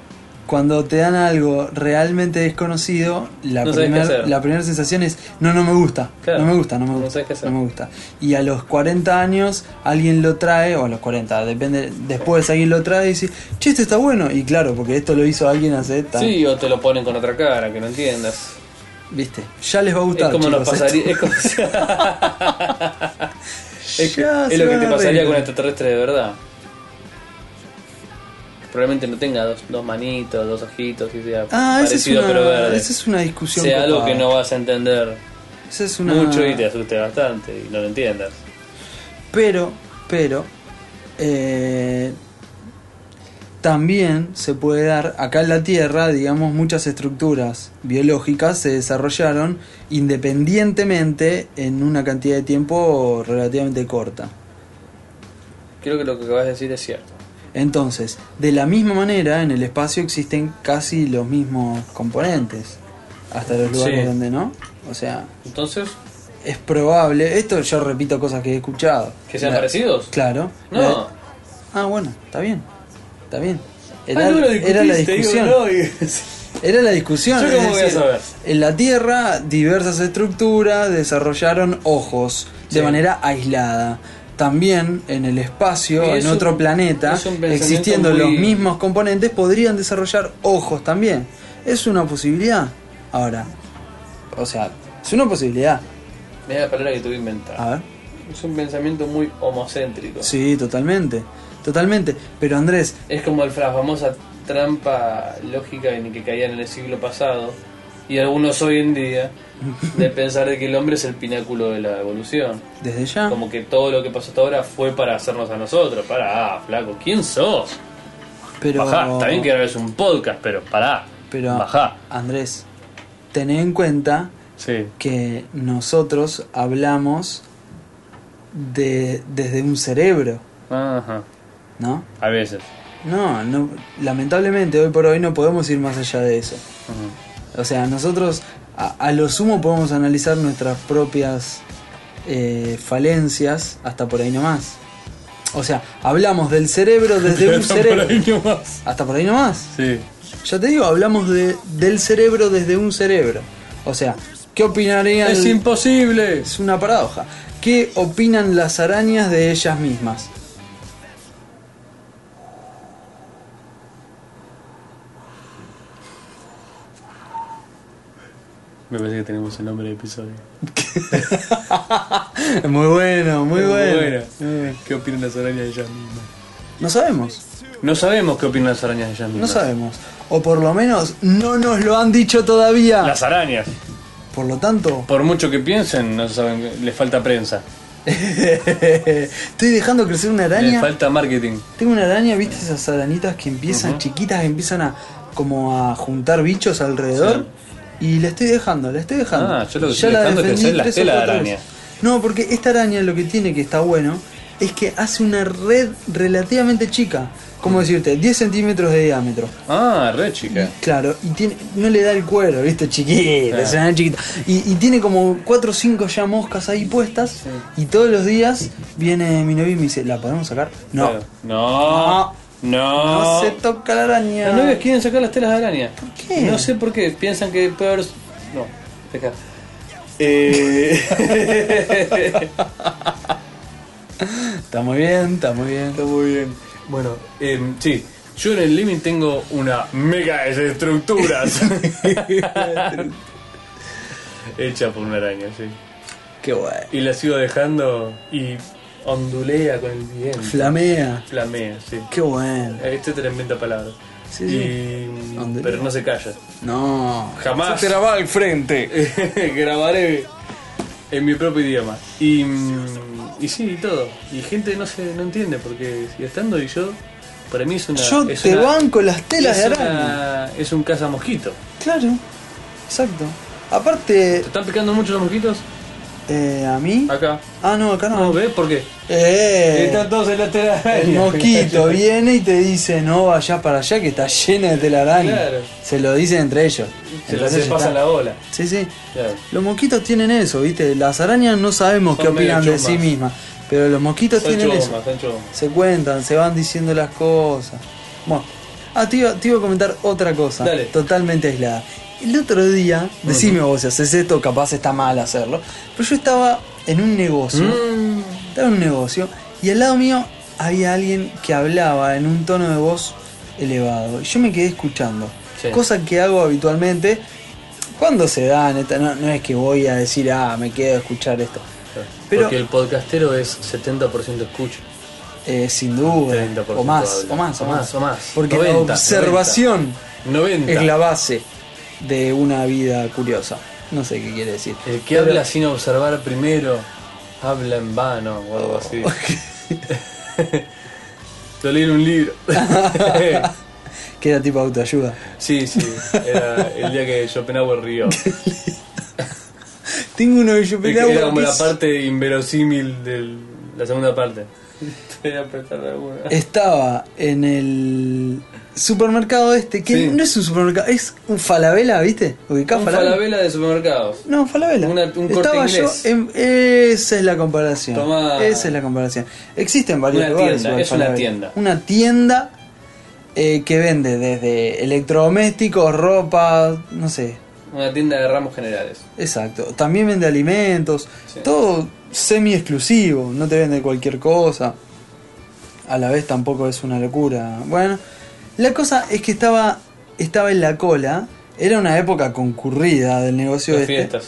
S2: cuando te dan algo realmente desconocido, la
S1: No sabes qué
S2: primera
S1: hacer.
S2: la primera sensación es, no, no me gusta,
S1: Claro.
S2: no me gusta, no me
S1: No
S2: gusta,
S1: sabes qué hacer.
S2: no me gusta. Y a los 40 años alguien lo trae, o a los 40, depende, después alguien lo trae y dice, che, esto está bueno. Y claro, porque esto lo hizo alguien hace tan-
S1: Sí, o te lo ponen con otra cara, que no entiendas.
S2: viste, ya les va a
S1: Es
S2: gustar.
S1: como nos
S2: chicos, ¿eh?
S1: pasaría. Es,
S2: (laughs)
S1: como- (laughs) es que-
S2: Ya
S1: es
S2: se
S1: lo que
S2: van
S1: te
S2: a
S1: pasaría
S2: reír.
S1: con extraterrestre de verdad. Probablemente no tenga dos, dos manitos, dos ojitos, y sea
S2: Ah, esa es,
S1: parecido
S2: una,
S1: pero verde.
S2: esa es una discusión.
S1: sea algo
S2: copada.
S1: que no vas a entender
S2: Esa es una-
S1: mucho y te asuste bastante y no lo entiendas.
S2: Pero, pero, eh, también se puede dar, acá en la Tierra, digamos, muchas estructuras biológicas se desarrollaron independientemente en una cantidad de tiempo relativamente corta.
S1: Creo que lo que acabas de decir es cierto.
S2: Entonces, de la misma manera, en el espacio existen casi los mismos componentes. hasta los lugares
S1: Sí.
S2: donde no. O sea,
S1: Entonces,
S2: es probable. Esto yo repito cosas que he escuchado.
S1: ¿que sean
S2: La-
S1: parecidos?
S2: Claro.
S1: No.
S2: La- ah, bueno, está bien. Está bien. Era,
S1: Ah, no lo
S2: era la
S1: discutiste, digo,
S2: discusión.
S1: no, y- (laughs)
S2: Era la discusión.
S1: Yo
S2: es
S1: cómo voy a
S2: decir,
S1: saber.
S2: En la Tierra, diversas estructuras desarrollaron ojos de
S1: Sí.
S2: manera aislada. También en el espacio,
S1: Y es
S2: en
S1: un-
S2: otro planeta,
S1: es un pensamiento
S2: existiendo
S1: muy-
S2: los mismos componentes, podrían desarrollar ojos también. Es una posibilidad. Ahora, o sea, es una posibilidad.
S1: Mira la palabra que te voy a
S2: A
S1: inventar.
S2: ver.
S1: Es un pensamiento muy homocéntrico.
S2: Sí, totalmente. Totalmente. Pero Andrés,
S1: Es como el- la famosa trampa lógica en que caían en el siglo pasado y algunos hoy en día
S2: (laughs)
S1: de pensar de que el hombre es el pináculo de la evolución.
S2: desde ya.
S1: Como que todo lo que pasó hasta ahora fue para hacernos a nosotros. Pará, flaco, ¿quién sos?
S2: Pero.
S1: Bajá, está bien que grabes un podcast, pero pará,
S2: Pero.
S1: bajá.
S2: Andrés, ten en cuenta
S1: Sí.
S2: que nosotros hablamos de, desde un cerebro,
S1: Ajá.
S2: ¿no?
S1: A veces.
S2: No, no, lamentablemente hoy por hoy no podemos ir más allá de eso.
S1: Ajá.
S2: O sea, nosotros a, a lo sumo podemos analizar nuestras propias eh, falencias hasta por ahí nomás. O sea, hablamos del cerebro desde un
S1: (laughs) Hasta por
S2: cerebro.
S1: ahí nomás.
S2: Hasta por ahí nomás.
S1: Sí.
S2: Ya te digo, hablamos de, del cerebro desde un cerebro. O sea, ¿qué opinarían?
S1: Es imposible.
S2: Es una paradoja. ¿Qué opinan las arañas de ellas mismas? (laughs)
S1: Me parece que tenemos el nombre del episodio.
S2: Muy bueno, muy, bueno.
S1: ¿Qué opinan las arañas de ellas mismas?
S2: No sabemos,
S1: No sabemos qué opinan las arañas de ellas
S2: no
S1: mismas.
S2: sabemos. O por lo menos no nos lo han dicho todavía.
S1: Las arañas.
S2: Por lo tanto, (laughs)
S1: Por mucho que piensen, no saben, les falta prensa.
S2: estoy dejando crecer una
S1: Les
S2: araña.
S1: falta marketing.
S2: Tengo una araña, ¿viste esas arañitas que empiezan
S1: Ujú.
S2: chiquitas, que empiezan a como a juntar bichos alrededor? Y la estoy dejando, la estoy dejando.
S1: Ah, yo lo que
S2: Ya
S1: estoy
S2: la
S1: dejando es
S2: defendí
S1: crecer las
S2: tres o
S1: telas de
S2: cuatro
S1: araña.
S2: veces. No, porque esta araña lo que tiene que está bueno es que hace una red relativamente chica. Como decirte, 10 centímetros de diámetro.
S1: Ah, re chica.
S2: Claro, y tiene, no le da el cuero, viste, chiquita,
S1: Claro.
S2: es una chiquita. Y, y tiene como 4 o 5 ya moscas ahí puestas. Y todos los días viene mi novio y me dice, ¿la podemos sacar? No.
S1: Claro. Ah. No. No.
S2: No se toca la araña.
S1: Las novias quieren sacar las telas de araña. ¿Por
S2: qué?
S1: No sé por qué. Piensan que puede haber. No, deja. (laughs) Eh...
S2: Está muy bien, está muy bien.
S1: Está muy bien. (laughs) Bueno, em, sí. Yo en el living tengo una mega (laughs) estructuras. Hecha por una araña, sí.
S2: (laughs) Qué guay.
S1: Y la sigo dejando y ondulea con el viento.
S2: Flamea.
S1: Flamea, sí.
S2: Qué bueno.
S1: Este te la inventa palabras.
S2: Sí,
S1: Y-
S2: sí. Ondulea.
S1: Pero no se calla. (laughs)
S2: No.
S1: Jamás.
S2: Se te la va al frente.
S1: Grabaré en mi propio idioma. Y, mm, y sí, y todo. Y gente no se no entiende porque si estando y yo, para mí es una.
S2: Yo
S1: es
S2: te
S1: una-
S2: banco las telas de
S1: es
S2: araña.
S1: una- es un cazamosquito.
S2: Claro. Exacto.
S1: ¿Te
S2: Aparte,
S1: están picando mucho los mosquitos?
S2: eh, a mí.
S1: Acá.
S2: Ah, no, acá
S1: No,
S2: no.
S1: ¿ves? ¿Por qué?
S2: Eh,
S1: Están todos en la tela de
S2: el
S1: araña. (laughs)
S2: mosquito viene y te dice no vayas para allá que está llena de telaraña.
S1: Claro.
S2: Se lo dicen entre ellos.
S1: Se la
S2: Entonces
S1: se pasa
S2: está-
S1: la ola.
S2: Sí, sí.
S1: Claro.
S2: Los mosquitos tienen eso, ¿viste? Las arañas no sabemos
S1: Son
S2: qué opinan
S1: medio
S2: de sí
S1: chumas.
S2: mismas, pero los mosquitos
S1: Son
S2: tienen
S1: chomas,
S2: eso.
S1: son chomas.
S2: Se cuentan, se van diciendo las cosas. Bueno, ah, te iba, te iba a comentar otra cosa,
S1: Dale.
S2: totalmente aislada. El otro día, decime vos si haces esto, capaz está mal hacerlo, pero yo estaba en un negocio,
S1: Mm.
S2: estaba en un negocio, y al lado mío había alguien que hablaba en un tono de voz elevado, y yo me quedé escuchando,
S1: Sí.
S2: cosa que hago habitualmente. Cuando se dan, esta- no, no es que voy a decir, ah, me quedo a escuchar esto. Pero-
S1: Porque el podcastero es 70% escucha.
S2: Eh, sin duda.
S1: 30%
S2: O más,
S1: habla.
S2: o más, o
S1: O
S2: más,
S1: más, o más.
S2: Porque
S1: 90,
S2: la observación
S1: 90.
S2: es la base de una vida curiosa. No sé qué quiere decir.
S1: El que
S2: (laughs)
S1: habla sin observar primero, habla en vano o algo
S2: (laughs)
S1: así. Yo leí en un
S2: (laughs)
S1: libro.
S2: Que era tipo autoayuda.
S1: sí, sí, era el día que Schopenhauer
S2: (laughs)
S1: rió.
S2: Tengo uno de Schopenhauer
S1: Era como
S2: que
S1: la
S2: es-
S1: parte inverosímil de la segunda parte. Te voy a apretar la hueá.
S2: Estaba en el supermercado este, que
S1: Sí.
S2: no es un supermercado, es un Falabella, ¿viste? Ubicás
S1: Un
S2: Falabella.
S1: falabella de supermercados.
S2: No, Falabella.
S1: Una- un corte
S2: Estaba
S1: inglés.
S2: yo en. Esa es la comparación.
S1: Tomá.
S2: Esa es la comparación. Existen varios
S1: Una
S2: lugares.
S1: tienda,
S2: igual,
S1: es una
S2: Falabella.
S1: tienda.
S2: Una tienda eh, que vende desde electrodomésticos, ropa, no sé.
S1: Una tienda de ramos generales.
S2: Exacto. También vende alimentos.
S1: Sí.
S2: Todo semi exclusivo. No te vende cualquier cosa. A la vez tampoco es una locura. Bueno, la cosa es que estaba, estaba en la cola. Era una época concurrida del negocio
S1: Las
S2: este.
S1: fiestas.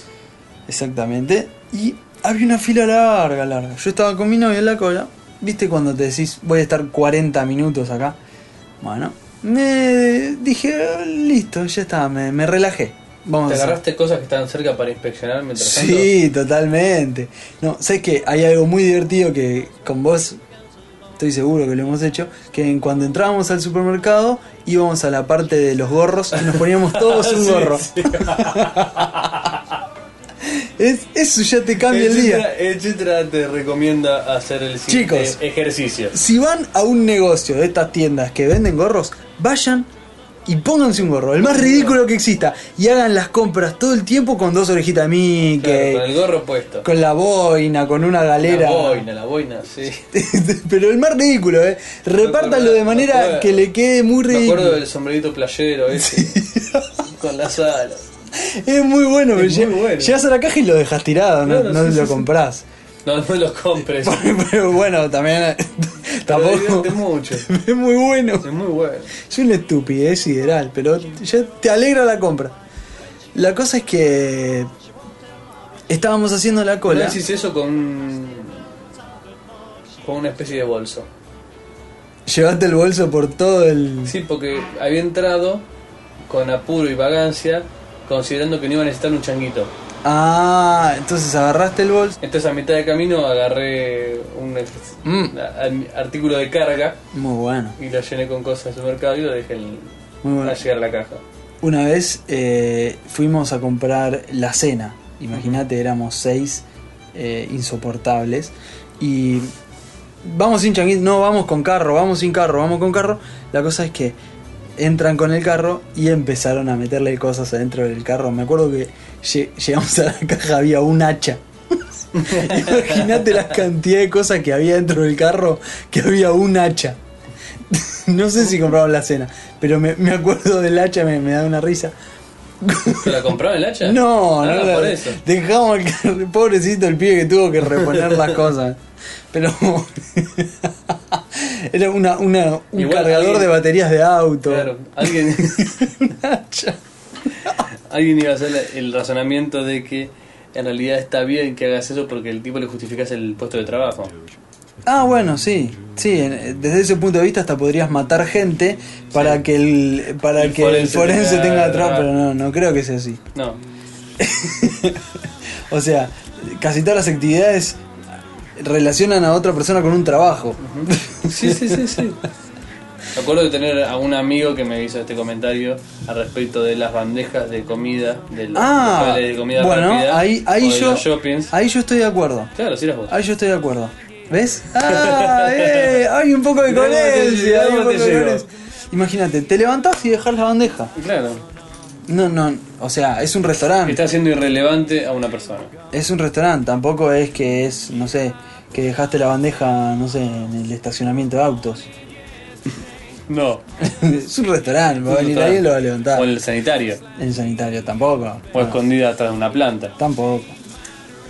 S2: Exactamente. Y había una fila larga, larga. Yo estaba con mi novia en la cola. ¿Viste cuando te decís, voy a estar 40 minutos acá? Bueno, me dije, "Ah, listo, ya está, me, me relajé. Vamos
S1: ¿Te
S2: a hacer".
S1: agarraste cosas que estaban cerca para inspeccionar mientras (laughs) tanto?
S2: Sí, totalmente. No, sabes que hay algo muy divertido que con vos estoy seguro que lo hemos hecho, que en cuando entrábamos al supermercado íbamos a la parte de los gorros y nos
S1: (laughs)
S2: poníamos todos un
S1: Sí,
S2: gorro.
S1: sí.
S2: Es, eso ya te cambia el
S1: el
S2: día.
S1: Chitra- el Chitra te recomienda hacer el siguiente
S2: Chicos.
S1: ejercicio.
S2: Si van a un negocio de estas tiendas que venden gorros, vayan y pónganse un gorro, el más ridículo que exista, y hagan las compras todo el tiempo con dos orejitas Mickey,
S1: Claro, con el gorro puesto.
S2: con la boina, con una galera.
S1: La boina, la boina, sí.
S2: (laughs) Pero el más ridículo, ¿eh? Repártanlo de
S1: Me
S2: manera
S1: acuerdo.
S2: que le quede muy
S1: Me acuerdo
S2: ridículo.
S1: del sombrerito playero ese. Con las alas.
S2: Es muy bueno,
S1: Es
S2: pero
S1: muy
S2: lle-
S1: bueno.
S2: llegas a la caja y lo dejas tirado, no,
S1: Claro,
S2: no
S1: sí, sí,
S2: lo
S1: sí.
S2: compras.
S1: (laughs) No, no lo compres.
S2: (laughs) pero bueno, también. eh,
S1: Pero
S2: tampoco.
S1: divierte mucho. Es
S2: (laughs) Es muy bueno.
S1: muy bueno.
S2: Es una estupidez sideral, pero ya te alegra la compra. La cosa es que. Estábamos haciendo la
S1: ¿No
S2: cola.
S1: decís eso con un- con una especie de bolso.
S2: Llevaste el bolso por todo el.
S1: Sí, porque había entrado con apuro y vagancia, considerando que no iba a necesitar un changuito.
S2: Ah, entonces agarraste el bolso.
S1: Entonces a mitad de camino agarré un ejer-
S2: Mm.
S1: a- artículo de carga
S2: Muy bueno,
S1: y lo llené con cosas de mercado y lo dejé en-
S2: muy bueno.
S1: a llegar a la caja.
S2: Una vez eh, fuimos a comprar la cena. Imagínate, éramos seis eh, insoportables. Y vamos sin changuito, no, vamos con carro, vamos sin carro, vamos con carro. La cosa es que entran con el carro y empezaron a meterle cosas adentro del carro. Me acuerdo que lle- llegamos a la caja, había un hacha. (laughs) Imagínate la cantidad de cosas que había dentro del carro, que había un hacha. No sé si compraban la cena, pero me, me acuerdo del hacha, me, me da una risa.
S1: ¿Te la compraron el hacha?
S2: No, no,
S1: Ah,
S2: la-
S1: por eso.
S2: dejamos el carro- (laughs) pobrecito el pibe que tuvo que reponer las cosas. Pero (laughs) era una, una- un
S1: Igual
S2: cargador
S1: alguien-
S2: de baterías de auto. (laughs)
S1: Claro, alguien,
S2: Un hacha.
S1: alguien iba a hacer el razonamiento de que en realidad está bien que hagas eso porque el tipo le justificas el puesto de trabajo.
S2: Ah, bueno, sí. Sí, en- desde ese punto de vista hasta podrías matar gente para que el para
S1: El
S2: que el
S1: forense
S2: forense
S1: tenga-
S2: tenga atrás, pero no, no creo que sea así.
S1: No,
S2: O sea, casi todas las actividades relacionan a otra persona con un trabajo.
S1: Sí, sí, sí, sí. Me acuerdo de tener a un amigo que me hizo este comentario al respecto de las bandejas de comida, de los
S2: Ah,
S1: locales de comida
S2: bueno,
S1: rápida,
S2: ahí, ahí
S1: o de
S2: yo, Ah.
S1: los shoppings.
S2: ahí yo estoy de acuerdo.
S1: Claro, sí eras vos.
S2: Ahí yo estoy de acuerdo. ¿Ves?
S1: (laughs)
S2: ¡Ah! eh, hay un poco de
S1: Mirá cómo te-
S2: coherencia. hay un
S1: mirá cómo
S2: poco
S1: te
S2: de
S1: llego.
S2: coherencia. Imagínate, te levantás y dejás la bandeja.
S1: Claro,
S2: No, no, o sea, es un restaurante.
S1: está siendo irrelevante a una persona.
S2: Es un restaurante, tampoco es que es, no sé, que dejaste la bandeja, no sé, en el estacionamiento de autos. (laughs)
S1: No,
S2: es un restaurante, va a venir alguien y lo va a levantar.
S1: O en el sanitario,
S2: En sanitario tampoco.
S1: o escondida atrás de una planta.
S2: Tampoco.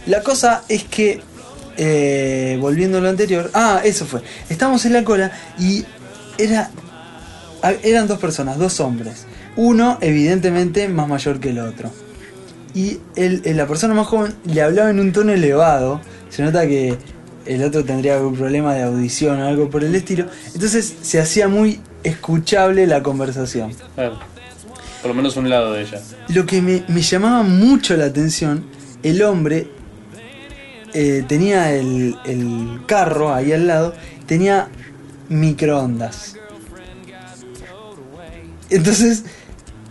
S2: La cosa es que, eh, volviendo a lo anterior, ah, eso fue. Estamos en la cola y era, a- eran dos personas, dos hombres. Uno, evidentemente, más mayor que el otro. Y el- el- la persona más joven le hablaba en un tono elevado. Se nota que el otro tendría algún problema de audición o algo por el estilo. Entonces se hacía muy escuchable la conversación.
S1: Claro. Por lo menos un lado de ella.
S2: Lo que me, me llamaba mucho la atención, el hombre eh, tenía el, el carro ahí al lado, tenía microondas. Entonces,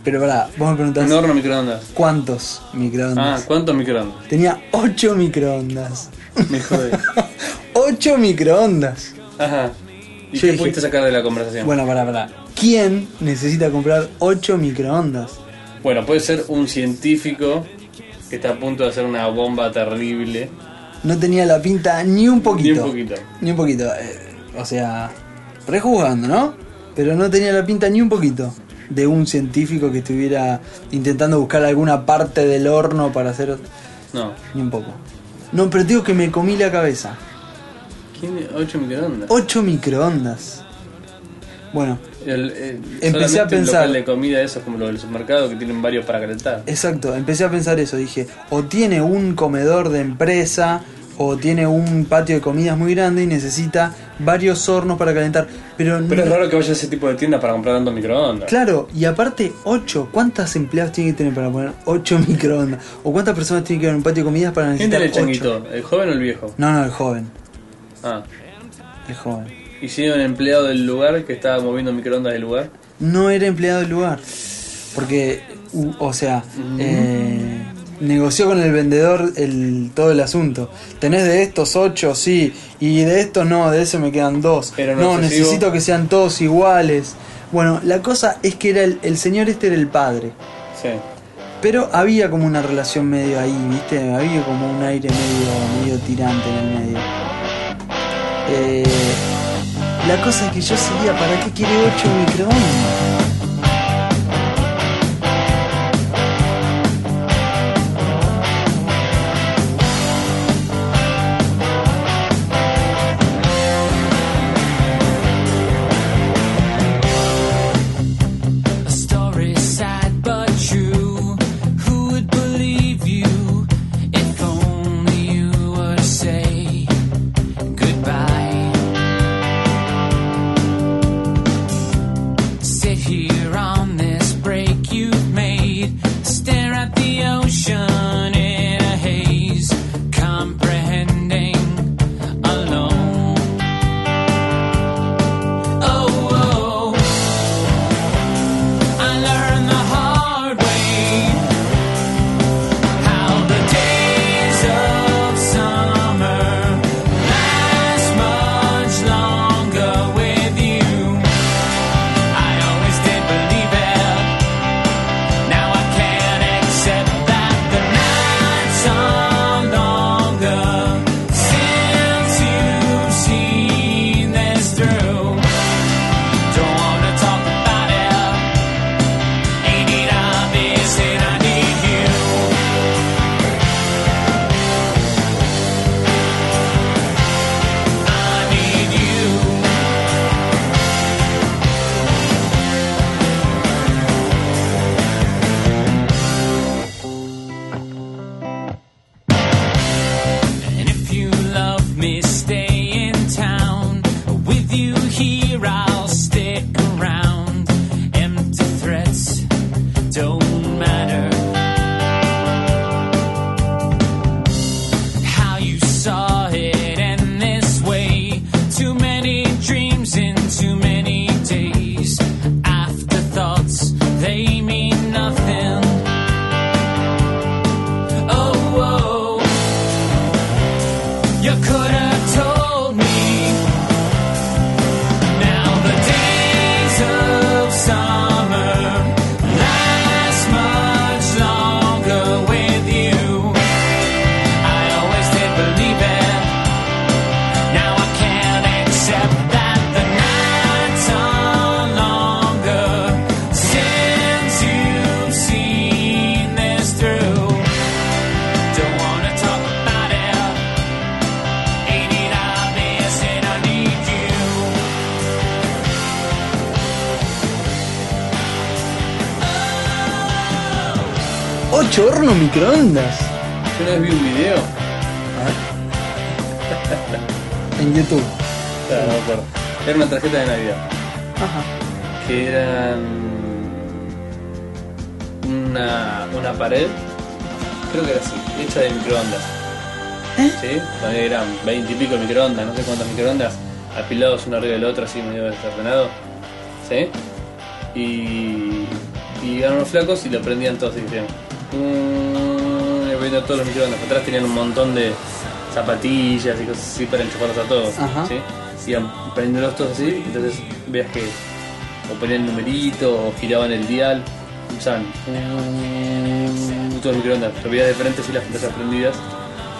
S2: pero pará, vos me preguntás,
S1: Un horno microondas.
S2: ¿cuántos
S1: Ah,
S2: microondas?
S1: ¿cuántos
S2: (laughs)
S1: microondas?
S2: Tenía 8 microondas.
S1: Me jode.
S2: 8 microondas.
S1: Ajá. ¿Y
S2: Yo
S1: qué
S2: dije-
S1: pudiste sacar de la conversación? Bueno.
S2: Bueno, pará, pará. ¿Quién necesita comprar 8 microondas?
S1: puede ser un científico que está a punto de hacer una bomba terrible.
S2: No tenía la pinta ni un poquito.
S1: Ni un poquito.
S2: Ni un poquito. eh, o sea, prejuzgando, ¿no? Pero no tenía la pinta ni un poquito de un científico que estuviera intentando buscar alguna parte del horno para hacer...
S1: No.
S2: Ni un poco. No, pero te digo que me comí la cabeza.
S1: ¿Quién? ¿Ocho microondas?
S2: 8 microondas. Bueno,
S1: El, eh,
S2: Empecé
S1: solamente
S2: a
S1: un
S2: pensar.
S1: local de comida, eso es como lo del supermercado que tienen varios para calentar.
S2: Exacto, empecé a pensar eso, dije, o tiene un comedor de empresa, o tiene un patio de comidas muy grande y necesita varios hornos para calentar, pero,
S1: Pero es
S2: no...
S1: raro que vaya a ese tipo de tienda para comprar tanto microondas.
S2: Claro, y aparte, 8, ¿cuántas empleados tiene que tener para poner 8 (laughs) microondas? ¿O cuántas personas tiene que haber en un patio de comidas para
S1: ¿Quién
S2: necesitar
S1: tiene el
S2: 8?
S1: changuito? ¿El joven o el viejo?
S2: No, no, el joven,
S1: Ah.
S2: el joven.
S1: ¿Y si era un empleado del lugar que estaba moviendo microondas del lugar?
S2: No era empleado del lugar, porque, u- o sea, eh, negoció con el vendedor el, todo el asunto. Tenés de estos 8, sí, y de estos no, de eso me quedan dos.
S1: Pero no
S2: no,
S1: excesivo.
S2: necesito que sean todos iguales. Bueno, la cosa es que era el, el señor este era el padre.
S1: Sí.
S2: Pero había como una relación medio ahí, ¿viste? Había como un aire medio, medio tirante en el medio. Eh, la cosa es que yo sería, ¿para qué quiere 8 microondas?
S3: A story sad but true. Who would believe you if only you were to say goodbye? Sit here on this break you've made, stare at the ocean in a haze, comprehending alone. Oh, oh. I learned the hard way how the days of summer last much longer with you. I always did believe it. Now I can accept that the nights are longer since you've seen this through. Don't wanna talk about it. Ain't it obvious that I need you? I need you. And if you love me, stay in town. With you here, I'll stick around. Empty threats don't matter. How you saw it end this way. Too many dreams in too many days. Afterthoughts, they mean nothing. Oh, oh. You could have told me. Now the days of summer last much longer with you. I always did believe it. Now I can accept that the nights are longer since you've seen this through. Don't wanna talk about it. Ain't it obvious that I need you?
S2: ¿8 hornos microondas?
S1: Yo una vez vi un video.
S2: En YouTube.
S1: Claro, no me acuerdo. Era una tarjeta de Navidad.
S2: Ajá.
S1: Que era mm, una, una pared, creo que era así, hecha de microondas. ¿Sí? Ponele, eran 20 y pico microondas, no sé cuántos microondas, apilados uno arriba del otro, así medio desordenado. ¿Sí? Y, y eran unos flacos y lo prendían todos y decían. "Mm", y prendían todos los microondas. Atrás tenían un montón de zapatillas y cosas así para enchufarlos a todos.
S2: Ajá.
S1: ¿sí? iban poniendo los todos así, entonces veas que o ponían numerito o giraban el dial, usaban uh, todo el microondas, lo veías de frente así las pantallas prendidas,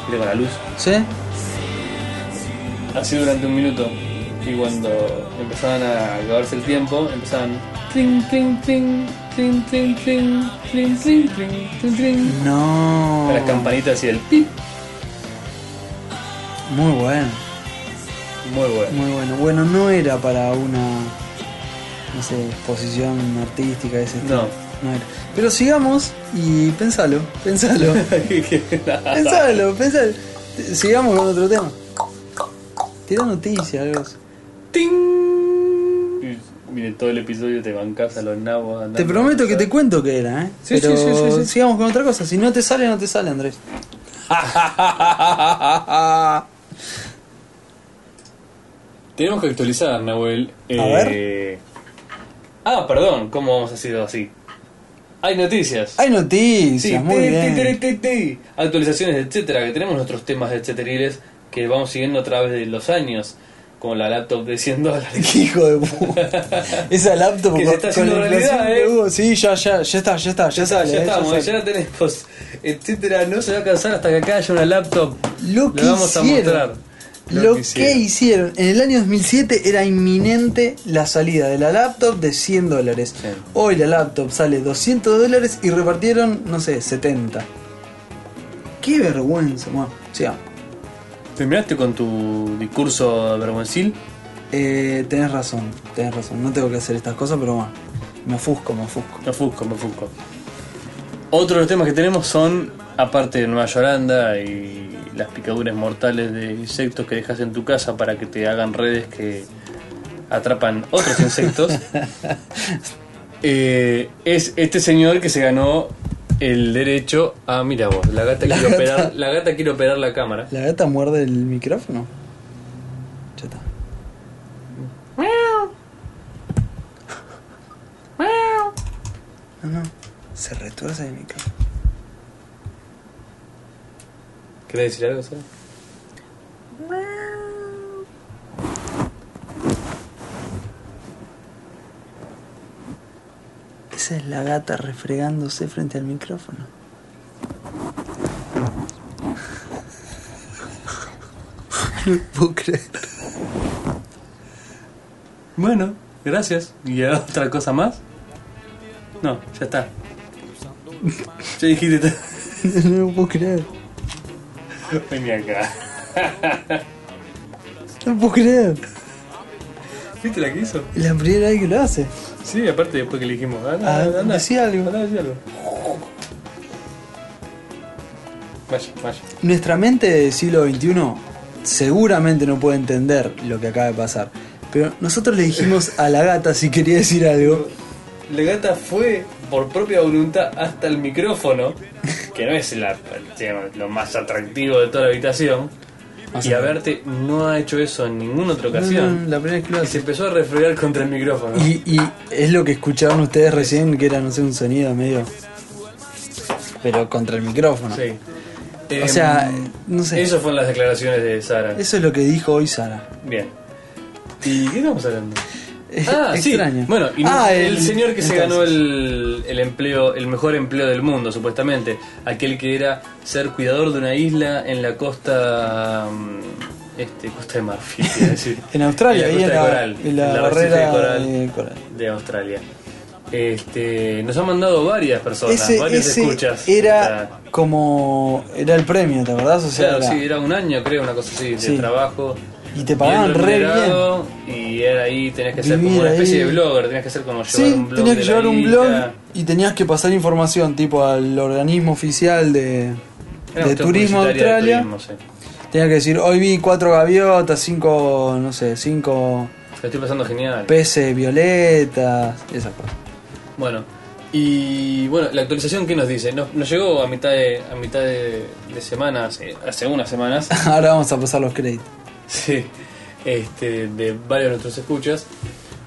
S1: y con la luz,
S2: ¿Sí?
S1: así durante un minuto. Y cuando empezaban a acabarse el tiempo, empezaban tling, tling, tling, tling, tling, tling, tling, tling, tling, tling, tling.
S2: No.
S1: Con
S2: Oh.
S1: las campanitas y el pip,
S2: Muy bueno,
S1: muy bueno.
S2: muy bueno. Bueno, no era para una, no sé, exposición artística de ese estilo.
S1: No. (laughs)
S2: No era. Pero sigamos y pensalo, pensalo,
S1: (laughs)
S2: pensalo, pensalo. Te- Sigamos con otro tema. Tira noticia, algo así.
S1: ¡Ting! Y Viene todo el episodio, te bancas a los nabos. andando
S2: Te prometo
S1: a
S2: que te cuento que era, ¿eh?
S1: Sí, sí,
S2: Pero
S1: sí, sí, sí.
S2: sigamos con otra cosa. Si no te sale, no te sale, Andrés.
S1: (laughs) Tenemos que actualizar, Nahuel. Eh, Ah, perdón, ¿cómo vamos a sido así? Hay noticias.
S2: Hay noticias,
S1: Sí,
S2: muy
S1: ti,
S2: bien.
S1: ti, ti, ti, ti. Actualizaciones, etcétera, que tenemos nuestros temas etcéteriles que vamos siguiendo a través de los años, como la laptop de 100 dólares.
S2: (laughs) Qué hijo de puta.
S1: (laughs)
S2: Esa laptop
S1: Que se
S2: con-
S1: está
S2: con
S1: haciendo
S2: la inflación
S1: realidad,
S2: que
S1: eh.
S2: hubo. Sí, ya, ya, ya está, ya está, ya, sale.
S1: ya
S2: eh,
S1: estamos,
S2: sale.
S1: ya la tenemos, etcétera. No se va a cansar hasta que acá haya una laptop.
S2: Lo que
S1: La vamos a
S2: hicieron.
S1: mostrar.
S2: Lo, que, hicieron. en el año 2007 era inminente la salida de la laptop de 100 dólares.
S1: Sí.
S2: Hoy la laptop sale 200 dólares y repartieron, no sé, 70. Qué vergüenza, bueno, sigamos.
S1: ¿Terminaste con tu discurso vergüencil?
S2: Eh, tenés razón, tenés razón. No tengo que hacer estas cosas, pero bueno, me ofusco, me ofusco.
S1: Me ofusco, me ofusco. Otro de los temas que tenemos son, aparte de Nueva Yoranda y las picaduras mortales de insectos que dejas en tu casa para que te hagan redes que atrapan
S2: (laughs)
S1: otros insectos, eh, es este señor que se ganó el derecho a, mira vos, la gata,
S2: La
S1: quiere,
S2: gata.
S1: Operar, la gata quiere operar la cámara.
S2: ¿La gata muerde el micrófono? Ya está. No, no. Se retuerce el micrófono.
S1: ¿Querés decir algo, Sara?
S2: Esa es la gata refregándose frente al micrófono. (laughs) No puedo creer.
S1: Bueno, gracias. ¿Y a otra cosa más? No, ya está. Ya dijiste todo.
S2: No lo puedo creer.
S1: Vení acá.
S2: No lo puedo creer.
S1: ¿Viste la que hizo?
S2: Es la primera vez que lo hace.
S1: Sí, aparte después que le dijimos,
S2: Ah,
S1: anda, anda,
S2: decí algo.
S1: Anda, decí algo. Vaya, vaya.
S2: Nuestra mente del siglo XXI seguramente no puede entender lo que acaba de pasar. Pero nosotros le dijimos a la gata si quería decir algo.
S1: La gata fue por propia voluntad hasta el micrófono, que no es la- digamos, lo más atractivo de toda la habitación.
S2: Más
S1: y
S2: o menos.
S1: haberte no ha hecho eso en ninguna otra
S2: No, no,
S1: ocasión.
S2: la primera vez que lo
S1: Y se
S2: hace.
S1: empezó a refregar contra el micrófono.
S2: Y, y es lo que escucharon ustedes recién, que era, no sé, un sonido medio. Pero contra el micrófono.
S1: Sí.
S2: O
S1: Em,
S2: sea, no sé.
S1: Esas fueron las declaraciones de Sara.
S2: Eso es lo que dijo hoy Sara.
S1: Bien. ¿Y qué estamos hablando?
S2: Es
S1: Ah,
S2: extraño.
S1: sí. Bueno, y
S2: Ah,
S1: el,
S2: el-
S1: señor que se
S2: entonces.
S1: ganó el, el empleo, el mejor empleo del mundo, supuestamente. Aquel que era ser cuidador de una isla en la costa. mm, Este, costa de Marfil,
S2: (laughs)
S1: quiero decir.
S2: En Australia,
S1: en
S2: ahí
S1: la
S2: en
S1: costa de
S2: la,
S1: Coral.
S2: en la
S1: en la
S2: barrera
S1: arrecife de coral
S2: de coral.
S1: de Australia. Este, nos han mandado varias personas, varios
S2: ese
S1: escuchas.
S2: era
S1: Está-
S2: como. Era el premio, ¿te acordás? O sea,
S1: Claro,
S2: era-
S1: sí, era un año, creo, una cosa así,
S2: Sí.
S1: de trabajo.
S2: Y te pagaban
S1: Bien
S2: re
S1: remunerado, Y era ahí, tenías que ser como
S2: Vivir
S1: una especie
S2: ahí.
S1: de blogger, tenías que ser como llevar
S2: Sí,
S1: un blog.
S2: tenías
S1: de
S2: que
S1: la
S2: llevar un
S1: isla.
S2: blog y tenías que pasar información tipo al organismo oficial de,
S1: Era
S2: de
S1: una cuestión
S2: turismo de
S1: publicitaria de
S2: Australia.
S1: turismo, sí.
S2: tenías que decir, hoy vi cuatro gaviotas, cinco, no sé, cinco
S1: Lo estoy pasando genial.
S2: peces violetas, esas cosas. (laughs)
S1: bueno, y bueno, la actualización, ¿qué nos dice? Nos, nos llegó a mitad de, a mitad de, de semana, hace, hace unas semanas, (laughs)
S2: Ahora vamos a pasar los créditos.
S1: sí, este, de varios de nuestros escuchas.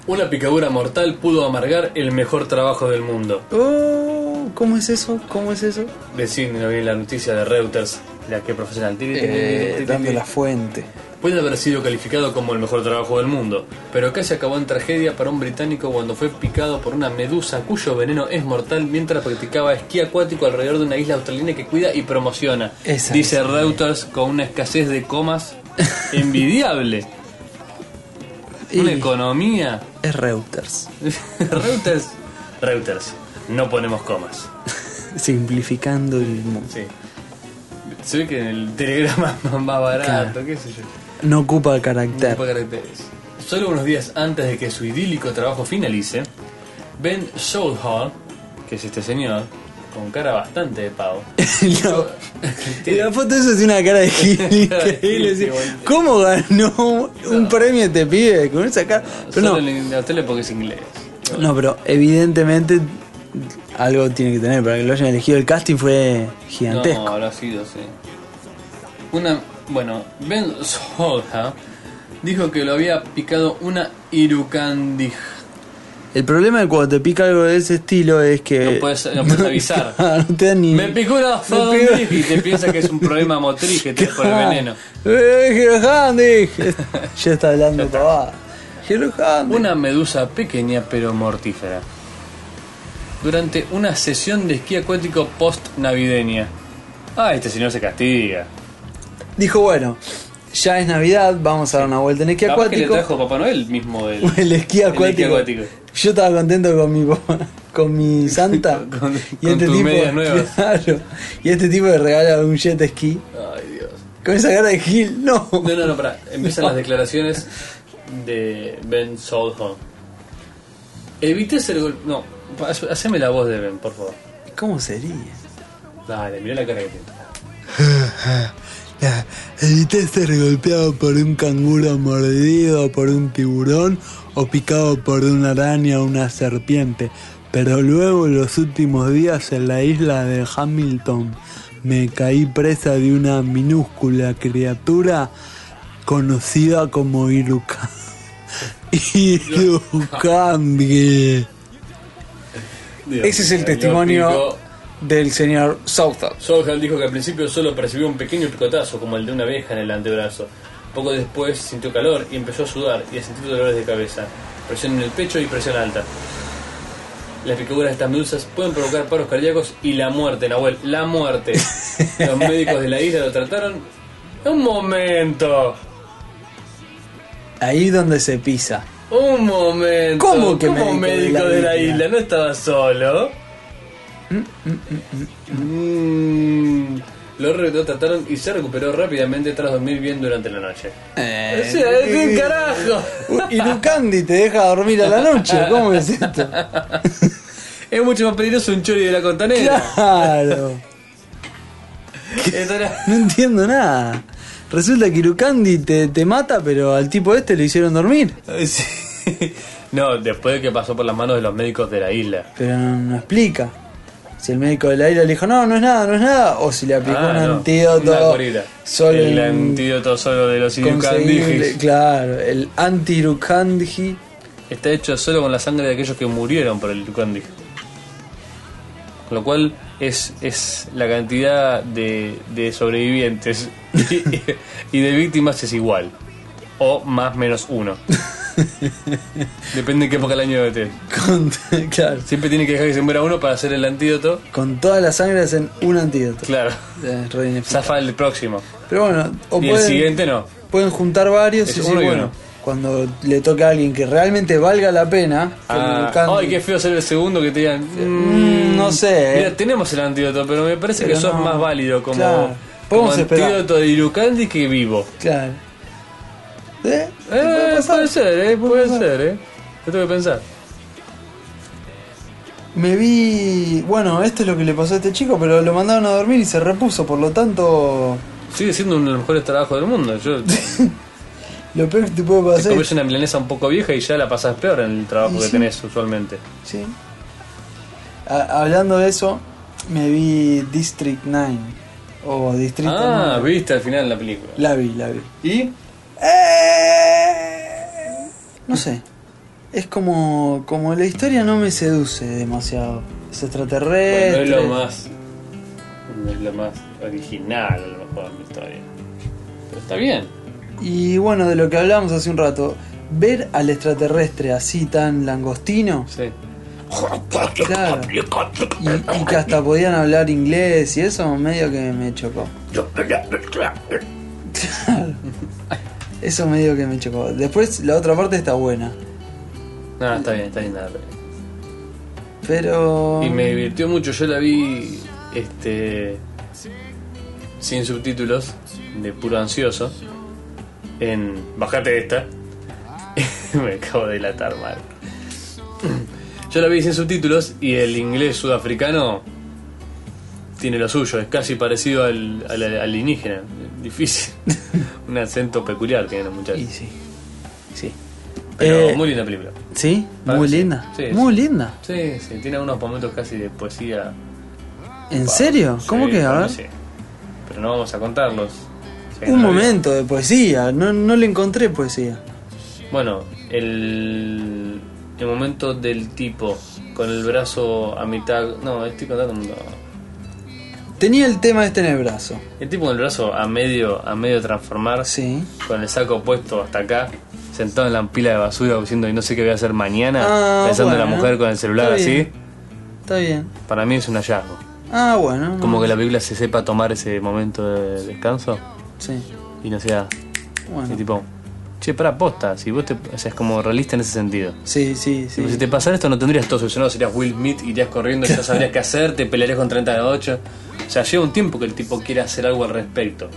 S1: Una picadura mortal pudo amargar el mejor trabajo del mundo.
S2: Oh, ¿Cómo es eso? ¿Cómo es eso?
S1: Decirnos bien la noticia de Reuters, la que profesional. Tiri, tiri, tiri,
S2: Eh,
S1: tiri,
S2: dando
S1: tiri.
S2: la fuente.
S1: Puede haber sido calificado como el mejor trabajo del mundo, pero casi acabó en tragedia para un británico cuando fue picado por una medusa cuyo veneno es mortal mientras practicaba esquí acuático alrededor de una isla australiana que cuida y promociona.
S2: Esa
S1: Dice
S2: es.
S1: Reuters con una escasez de comas
S2: (laughs)
S1: envidiable. Una
S2: Y-
S1: economía. (laughs)
S2: Es Reuters.
S1: Reuters. Reuters. No ponemos comas.
S2: Simplificando el mundo.
S1: Sí. Se ve que en el telegrama (laughs) es más barato,
S2: Claro.
S1: qué sé yo.
S2: No ocupa carácter. (laughs)
S1: Ocupa caracteres. Solo unos días antes de que su idílico trabajo finalice, Ben Soulhall, que es este señor, con cara bastante de pavo,
S2: (laughs) No. Y la foto eso es una (laughs) cara de gil increíble. así, ¿Cómo ganó un premio este pibe con esa cara? Pero
S1: solo
S2: no,
S1: en la tele porque es inglés.
S2: no, pero evidentemente algo tiene que tener. Para que lo hayan elegido el casting fue gigantesco.
S1: No, habrá sido, sí. Una, bueno, Ben Soulhall dijo que lo había picado una irukandij.
S2: El problema de cuando te pica algo de ese estilo es que.
S1: No puedes- no puedes avisar.
S2: (laughs) no te dan ni.
S1: Me picó una
S2: picó-
S1: zondij
S2: (laughs)
S1: y te piensa que es un problema motriz que te por el veneno.
S2: ¡Eh, Hirohandik! (laughs) ya está hablando pavada. Hirohandik.
S1: Una medusa pequeña pero mortífera. Durante una sesión de esquí acuático post-navideña. Ah, este señor se castiga.
S2: Dijo, bueno, ya es Navidad, vamos a dar una vuelta en esquí
S1: Capaz que le
S2: acuático.
S1: trajo Papá Noel mismo del...
S2: (laughs) El esquí acuático.
S1: acuático.
S2: Yo estaba contento con mi papá- con mi santa.
S1: (laughs)
S2: este
S1: Con- con tus medias nuevas.
S2: (laughs) claro, y este tipo le regala un jet ski.
S1: Ay, Dios.
S2: Con esa cara de Gil, no.
S1: No, no, no, pará. Empiezan las declaraciones de Ben Solholm. Evite ser gol... No, ha- haceme la voz de Ben, por favor.
S2: ¿Cómo sería?
S1: Dale, mirá la cara que tiene.
S2: (laughs) Evité ser golpeado por un canguro mordido por un tiburón o picado por una araña o una serpiente, pero luego los últimos días en la isla de Hamilton me caí presa de una minúscula criatura conocida como Iruka. (laughs) Irukangi.
S1: Dios mío, lo picó.
S2: del señor Southall.
S1: Sohan dijo que al principio solo percibió un pequeño picotazo, como el de una abeja en el antebrazo. Poco después sintió calor y empezó a sudar y a sentir dolores de cabeza, presión en el pecho y presión alta. Las picaduras de estas medusas pueden provocar paros cardíacos y la muerte, Nahuel, la muerte. Los médicos de la isla lo trataron. ¡Un momento!
S2: Ahí donde se pisa.
S1: ¡Un momento!
S2: ¿Cómo que
S1: ¿Cómo médico de la, isla? ¿No estaba solo?
S2: mm,
S1: Mm, Lo, re- lo trataron y se recuperó rápidamente tras dormir bien durante la noche.
S2: Eh,
S1: O sea, ¿qué carajo?
S2: Y Lucandi te deja dormir a la noche, ¿cómo es esto?
S1: Es mucho más peligroso un chori de la contanera.
S2: Claro,
S1: (laughs) Esto era-
S2: no entiendo nada. Resulta que Lucandi te, te mata, pero al tipo este lo hicieron dormir.
S1: Sí. No, después de que pasó por las manos de los médicos de la isla.
S2: Pero no, no explica. Si el médico de la isla le dijo, no, no es nada, no es nada, o si le aplicó
S1: Ah,
S2: un
S1: no. Una
S2: antídoto.
S1: curita.
S2: Solo
S1: el
S2: en-
S1: antídoto solo de los
S2: conseguible,
S1: ilucandijis.
S2: Claro, el anti Lucandi
S1: Está hecho solo con la sangre de aquellos que murieron por el Lucandij. Con lo cual es, es la cantidad de, de sobrevivientes y, y de víctimas es igual. O más menos uno. Depende de qué época del año estés.
S2: Con, (laughs) claro,
S1: Siempre tiene que dejar que se muera uno para hacer el antídoto.
S2: con toda la sangre hacen un antídoto.
S1: Claro.
S2: Eh, re ineficaz.
S1: Zafa el próximo.
S2: Pero bueno, o
S1: Y el
S2: pueden-
S1: siguiente no.
S2: Pueden juntar varios
S1: Es
S2: y decir,
S1: uno y
S2: bueno,
S1: uno.
S2: cuando le toque a alguien que realmente valga la pena, que
S1: Ah,
S2: el can-
S1: ay, qué feo ser el segundo que te digan.
S2: Mm, no sé,
S1: Mira,
S2: eh.
S1: tenemos el antídoto, pero me parece
S2: Pero
S1: que sos
S2: no.
S1: más válido como,
S2: Claro.
S1: como
S2: Podemos esperar.
S1: antídoto de Irucandi que vivo.
S2: Claro. ¿Eh? ¿Qué
S1: Eh,
S2: puede
S1: puede,
S2: pasar?
S1: ser, eh, puede ser, eh. Lo tengo que pensar.
S2: Me vi. Bueno, esto es lo que le pasó a este chico, pero lo mandaron a dormir y se repuso, por lo tanto.
S1: Sigue siendo uno de los mejores trabajos del mundo.
S2: (laughs)
S1: Yo, te
S2: Lo peor que te puede pasar.
S1: comes
S2: es-
S1: una milanesa un poco vieja y ya la pasás peor en el trabajo
S2: Y
S1: que
S2: sí.
S1: tenés usualmente.
S2: Sí. Ha- hablando de eso, me vi District 9. O Distrito
S1: Ah,
S2: 9.
S1: viste al final la película.
S2: La vi, la vi.
S1: ¿Y?
S2: Eh, No sé. Es como. como la historia no me seduce demasiado. Es
S1: Bueno,
S2: extraterrestre.
S1: no es lo más. No es lo más original, a lo mejor, en la historia. Pero está bien.
S2: Y bueno, de lo que hablábamos hace un rato, ver al extraterrestre así tan langostino,
S1: Sí.
S2: claro, y, y que hasta podían hablar inglés y eso, medio que me chocó. Claro. Eso medio que me chocó. Después la otra parte está buena,
S1: No, no, está bien, está linda la peli.
S2: pero...
S1: Y me divirtió mucho. Yo la vi este sin subtítulos, de puro ansioso, en... Bajate esta. (laughs) me acabo de latar mal. Yo la vi sin subtítulos y el inglés sudafricano tiene lo suyo. Es casi parecido al, al, al alienígena. Difícil. (laughs) Un acento peculiar tiene los
S2: Y
S1: muchachos.
S2: sí, sí.
S1: Pero
S2: Eh,
S1: muy linda película.
S2: ¿Sí?
S1: Para
S2: Muy
S1: mí sí.
S2: linda.
S1: Sí,
S2: Muy
S1: sí.
S2: linda.
S1: Sí, sí, tiene algunos momentos casi de poesía.
S2: ¿En serio? ¿Cómo
S1: Sí,
S2: que? A
S1: para mí
S2: ver.
S1: sí. Pero no vamos a contarlos. Si alguien
S2: Un
S1: lo vio.
S2: momento de poesía. No, no le encontré poesía.
S1: Bueno, el, el momento del tipo con el brazo a mitad. No, estoy contando. un- no.
S2: Tenía el tema este en el brazo.
S1: El tipo con el brazo a medio a medio transformar,
S2: Sí.
S1: con el saco puesto hasta acá, sentado en la pila de basura diciendo y no sé qué voy a hacer mañana,
S2: Ah,
S1: pensando en la
S2: bueno.
S1: mujer con el celular
S2: Está
S1: así.
S2: bien. Está bien.
S1: Para mí es un hallazgo.
S2: Ah, bueno. no.
S1: Como que la película se sepa tomar ese momento de descanso
S2: Sí.
S1: y no sea Y
S2: Bueno.
S1: tipo, che, para posta, si vos te. O sea, es como realista en ese sentido.
S2: Sí, sí, sí.
S1: Tipo, si te pasara esto, no tendrías todo solucionado, serías Will Smith, irías corriendo, ya sabrías qué hacer, te pelearías con 38. O sea, lleva un tiempo que el tipo quiere hacer algo al respecto.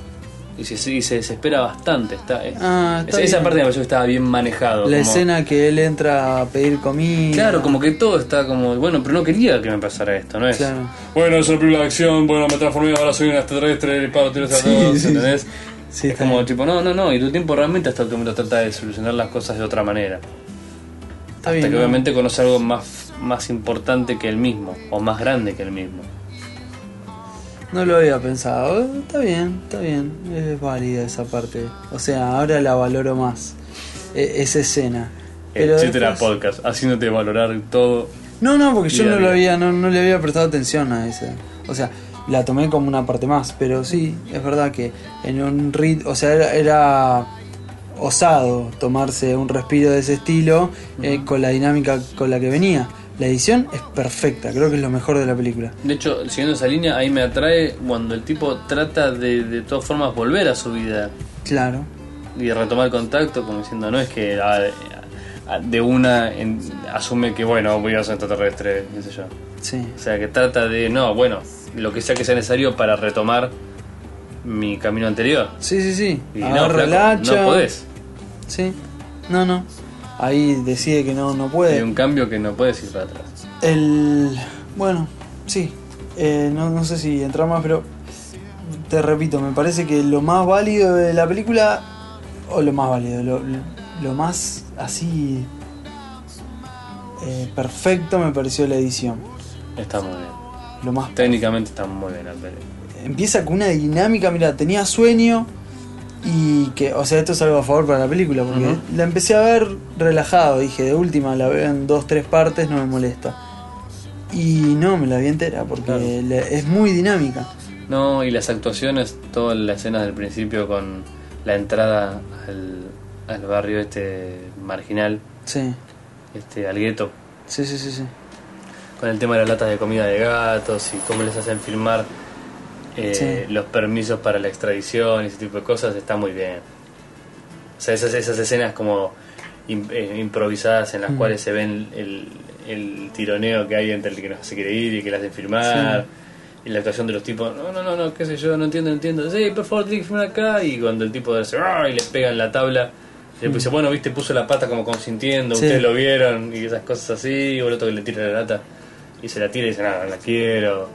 S1: Y se, y se desespera bastante. Está, es-
S2: Ah, está
S1: esa- esa
S2: bien.
S1: parte me pareció que estaba bien manejado.
S2: La
S1: como-
S2: escena que él entra a pedir comida.
S1: Claro, como que todo está como, bueno, pero no quería que me pasara esto, ¿no es?
S2: Claro.
S1: Bueno, es una película de acción, bueno, me transformé, ahora soy un extraterrestre, el paro tiros a
S2: Sí,
S1: todos,
S2: sí,
S1: ¿entendés?
S2: Sí,
S1: es
S2: está
S1: como
S2: bien.
S1: tipo, no, no, no, y tu tiempo realmente hasta el momento trata de solucionar las cosas de otra manera.
S2: Está
S1: Hasta
S2: bien.
S1: que
S2: ¿no?
S1: obviamente conoce algo más, más importante que el mismo, o más grande que el mismo.
S2: No lo había pensado. Eh, Está bien, está bien. Es válida esa parte. O sea, ahora la valoro más. E- esa escena. Pero
S1: Etcétera
S2: después-
S1: podcast, haciéndote valorar todo.
S2: No, no, porque yo
S1: Vida,
S2: no, lo
S1: vida.
S2: había, no, no le había prestado atención a esa. O sea, la tomé como una parte más, pero sí, es verdad que en un rit, o sea, era, era osado tomarse un respiro de ese estilo eh, con la dinámica con la que venía. La edición es perfecta, creo que es lo mejor de la película.
S1: De hecho, siguiendo esa línea, ahí me atrae cuando el tipo trata de de todas formas volver a su vida
S2: Claro.
S1: y retomar contacto, como diciendo, no es que ah, ah, de una en- asume que, bueno, voy a ser extraterrestre, qué sé yo.
S2: Sí.
S1: O sea, que trata de, no, bueno, lo que sea que sea necesario para retomar mi camino anterior.
S2: Sí, sí,
S1: Y
S2: sí.
S1: no, flaco,
S2: Agarra el hacha.
S1: no podés.
S2: Sí. No, no. Ahí decide que no, no puede.
S1: Hay un cambio que no puedes ir para atrás.
S2: El. Bueno, sí. Eh, no, no sé si entrar más, pero. Te repito, me parece que lo más válido de la película. O lo más válido, lo, lo más así. eh, perfecto me pareció la edición.
S1: Está muy bien.
S2: Lo más.
S1: Técnicamente está muy bien la peli.
S2: Empieza con una dinámica, mira, tenía sueño. Y que, o sea, esto es algo a favor para la película, porque
S1: Ujú.
S2: la empecé a ver relajado, dije, de última, la veo en dos, tres partes, no me molesta. Y no, me la vi entera, porque
S1: Claro.
S2: la- es muy dinámica.
S1: No, y las actuaciones, todas las escenas del principio con la entrada al, al barrio este marginal,
S2: Sí,
S1: este al gueto,
S2: sí, sí, sí. sí.
S1: con el tema de las latas de comida de gatos y cómo les hacen firmar eh,
S2: Sí.
S1: los permisos para la extradición y ese tipo de cosas, está muy bien. O sea, esas, esas escenas como im- eh, improvisadas en las
S2: Mm.
S1: cuales se ven el, el tironeo que hay entre el que no se quiere ir y que le hacen firmar. Y la actuación de los tipos, no, no, no, no, qué sé yo, no entiendo, no entiendo. Sí, por favor, tiene que firmar acá. Y cuando el tipo hace, "Ah", y le pega en la tabla, y le dice, bueno, viste, puso la pata como consintiendo,
S2: Sí.
S1: ustedes lo vieron, y esas cosas así. Y el otro que le tira la lata y se la tira y dice, nada, no la quiero.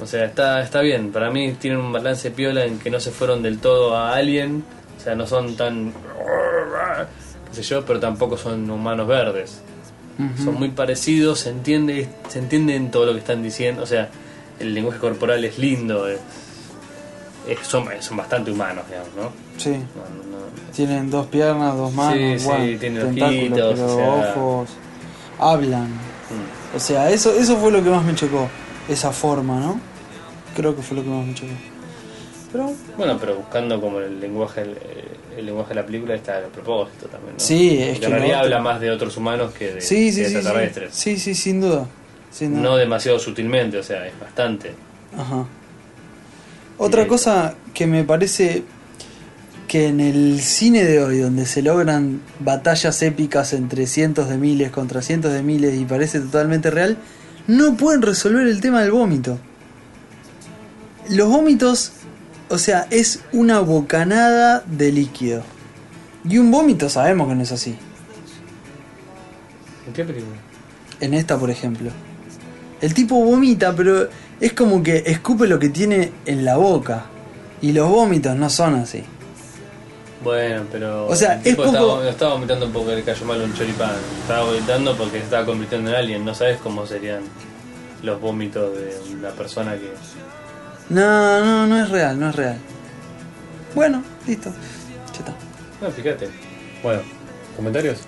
S1: O sea, está, está bien. Para mí tienen un balance piola en que no se fueron del todo a Alien. O sea, no son tan. qué sé yo, pero tampoco son humanos verdes.
S2: Ujú.
S1: Son muy parecidos, se entiende, se entiende en todo lo que están diciendo. O sea, el lenguaje corporal es lindo. es- es- son, son bastante humanos, digamos, ¿no?
S2: Sí,
S1: No, no, no.
S2: tienen dos piernas, dos manos,
S1: sí,
S2: bueno,
S1: tienen
S2: tentáculos,
S1: ojitos,
S2: pero
S1: o sea-
S2: ojos. Hablan.
S1: Mm.
S2: O sea, eso, eso fue lo que más me chocó. Esa forma, ¿no? Creo que fue lo que más me chocó. Pero
S1: Bueno, pero buscando como el lenguaje el, el lenguaje de la película está a propósito también, ¿no?
S2: Sí, es
S1: Porque
S2: que
S1: en realidad
S2: lo otro-
S1: habla más de otros humanos que de,
S2: sí, sí,
S1: que de
S2: sí, sí,
S1: extraterrestres.
S2: sí, sí, sin duda. Sin duda.
S1: No demasiado sutilmente, o sea, es bastante.
S2: Ajá. Otra
S1: Directo.
S2: cosa que me parece que en el cine de hoy, donde se logran batallas épicas entre cientos de miles contra cientos de miles y parece totalmente real, no pueden resolver el tema del vómito. Los vómitos, o sea, es una bocanada de líquido. Y un vómito sabemos que no es así.
S1: ¿En qué película?
S2: En esta, por ejemplo. El tipo vomita, pero es como que escupe lo que tiene en la boca. Y los vómitos no son así.
S1: Bueno, pero.
S2: O sea,
S1: el tipo
S2: es
S1: estaba-
S2: poco-
S1: no estaba vomitando porque le cayó mal un choripán. Estaba vomitando porque se estaba convirtiendo en alguien. No sabes cómo serían los vómitos de una persona que.
S2: No, no, no es real, no es real. Bueno, listo. Ya está.
S1: Bueno, fíjate. Bueno, ¿comentarios?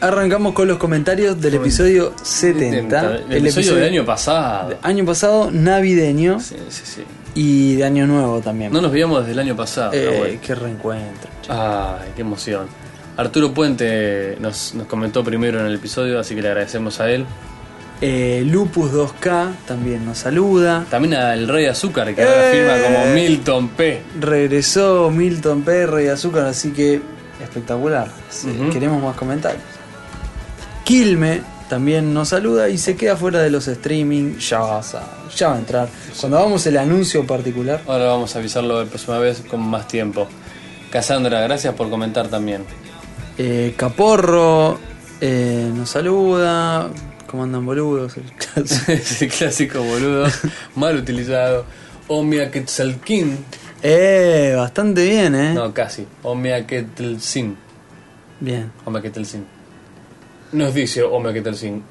S2: Arrancamos con los comentarios del episodio 70.
S1: El, episodio del año pasado.
S2: año pasado, navideño
S1: Sí, sí, sí.
S2: y de año nuevo también.
S1: No nos veíamos desde el año pasado.
S2: Eh,
S1: pero bueno.
S2: qué reencuentro.
S1: Ay, qué emoción. Arturo Puente nos, nos comentó primero en el episodio, así que le agradecemos a él.
S2: Eh, Lupus 2K también nos saluda.
S1: También al Rey Azúcar, que ahora
S2: Eh.
S1: firma como Milton P.
S2: Regresó Milton Perry y Azúcar, así que espectacular. Sí,
S1: Ujú.
S2: Queremos más comentarios. Quilme también nos saluda y se queda fuera de los streaming. Ya, vas a- ya va a entrar. Cuando hagamos el anuncio particular.
S1: Ahora vamos a avisarlo la próxima vez con más tiempo. Cassandra, gracias por comentar también. (laughs)
S2: Eh, Caporro eh, nos saluda. ¿Cómo andan boludos? El
S1: (laughs)
S2: clásico.
S1: Ese clásico boludo, mal utilizado. Omia Quetzalquín.
S2: eh, bastante bien, ¿eh?
S1: No, casi. Omia Quetzalcín.
S2: Bien.
S1: Omia Quetzalcín. Nos dice Omia Quetzalcín.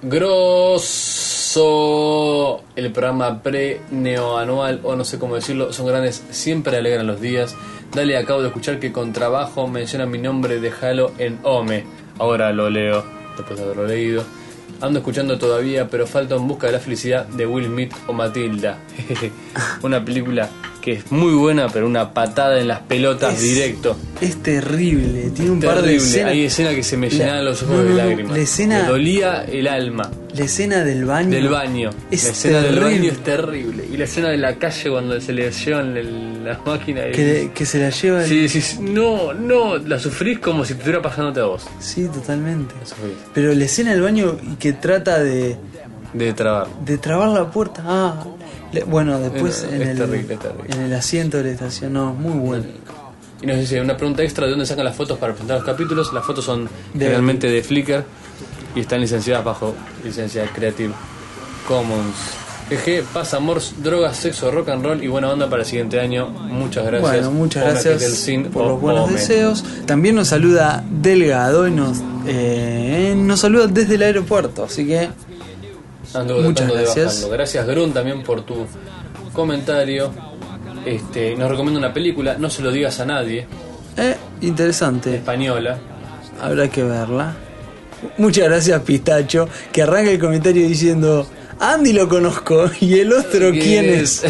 S1: Grosso. El programa pre-neoanual, o no sé cómo decirlo, son grandes, siempre alegran los días. Dale, acabo de escuchar que con trabajo menciona mi nombre, déjalo en Ome. Ahora lo leo, después de haberlo leído. Ando escuchando todavía, pero falta En Busca de la Felicidad de Will Smith o Matilda. (laughs) una película que es muy buena, pero una patada en las pelotas
S2: Es-
S1: directo.
S2: Es terrible. Tiene un par de
S1: Terrible.
S2: escenas.
S1: Hay escenas que se me
S2: La-
S1: llenaban los ojos
S2: no,
S1: de
S2: no, no.
S1: lágrimas.
S2: La escena-
S1: Me dolía el alma.
S2: La escena del baño.
S1: Del baño.
S2: Es
S1: la escena del
S2: terrible.
S1: baño es terrible. Y la escena de la calle cuando se le llevan el- la máquina. y-
S2: Que, que se la lleva el-
S1: Sí, decís, no, no, la sufrís como si te estuviera pasándote a vos.
S2: Sí, totalmente.
S1: La sufrís.
S2: Pero la escena del baño y que trata de,
S1: De trabar.
S2: de trabar la puerta. Ah, le- bueno, después
S1: No,
S2: en,
S1: es
S2: el,
S1: terrible, es terrible.
S2: en el asiento de la estación. No, muy bueno.
S1: Y nos dice una pregunta extra: ¿de dónde sacan las fotos para presentar los capítulos? Las fotos son
S2: De-
S1: realmente de Flickr y están licenciadas bajo licencia Creative Commons. Eje, paz, amor, drogas, sexo, rock and roll y buena onda para el siguiente año. Muchas gracias.
S2: Bueno, muchas
S1: Hola,
S2: gracias
S1: Ketelsin,
S2: por los
S1: o-
S2: buenos
S1: Ome.
S2: deseos. También nos saluda Delgado y nos, eh, nos saluda desde el aeropuerto. Así que
S1: Ando
S2: Muchas
S1: tratando de
S2: gracias.
S1: bajarlo. Gracias, Grun, también por tu comentario. Este, nos recomienda una película, No se lo digas a nadie,
S2: eh, interesante.
S1: española.
S2: Habrá que verla. Muchas gracias, Pistacho, que arranca el comentario diciendo: Andy lo conozco (laughs) y el otro, ¿quién es?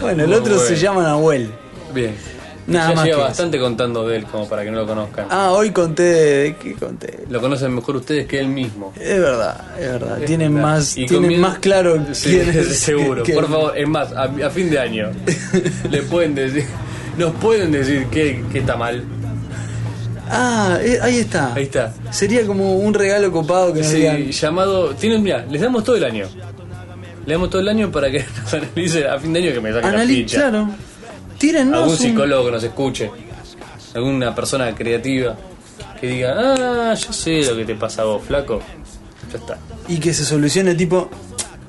S2: Bueno, el
S1: Muy
S2: otro se
S1: bueno.
S2: llama Nahuel.
S1: (laughs) Bien.
S2: Nada
S1: ya lleva
S2: más que eso.
S1: bastante contando de él como para que no lo conozcan.
S2: Ah, hoy conté. ¿Qué conté?
S1: Lo conocen mejor ustedes que él mismo.
S2: Es verdad, es verdad. Tienen
S1: Nah.
S2: más,
S1: Y
S2: tienen
S1: comien-
S2: más claro
S1: Sí,
S2: quién es.
S1: (laughs) seguro.
S2: que-
S1: Por favor, es más, a, a fin de
S2: (laughs)
S1: año le pueden decir, nos pueden decir que, que está mal.
S2: Ah, eh, ahí está.
S1: Ahí está.
S2: Sería como un regalo copado que nos
S1: Sí,
S2: digan.
S1: llamado. Tienen, mira, les damos todo el año. Le damos todo el año para que (laughs) nos analice a fin de año que me saquen la
S2: Analiz,
S1: ficha.
S2: claro. Tírennos
S1: Algún
S2: un-
S1: psicólogo que nos escuche. Alguna persona creativa que diga, ah, yo sé lo que te pasa a vos, flaco. Ya está.
S2: Y que se solucione, tipo.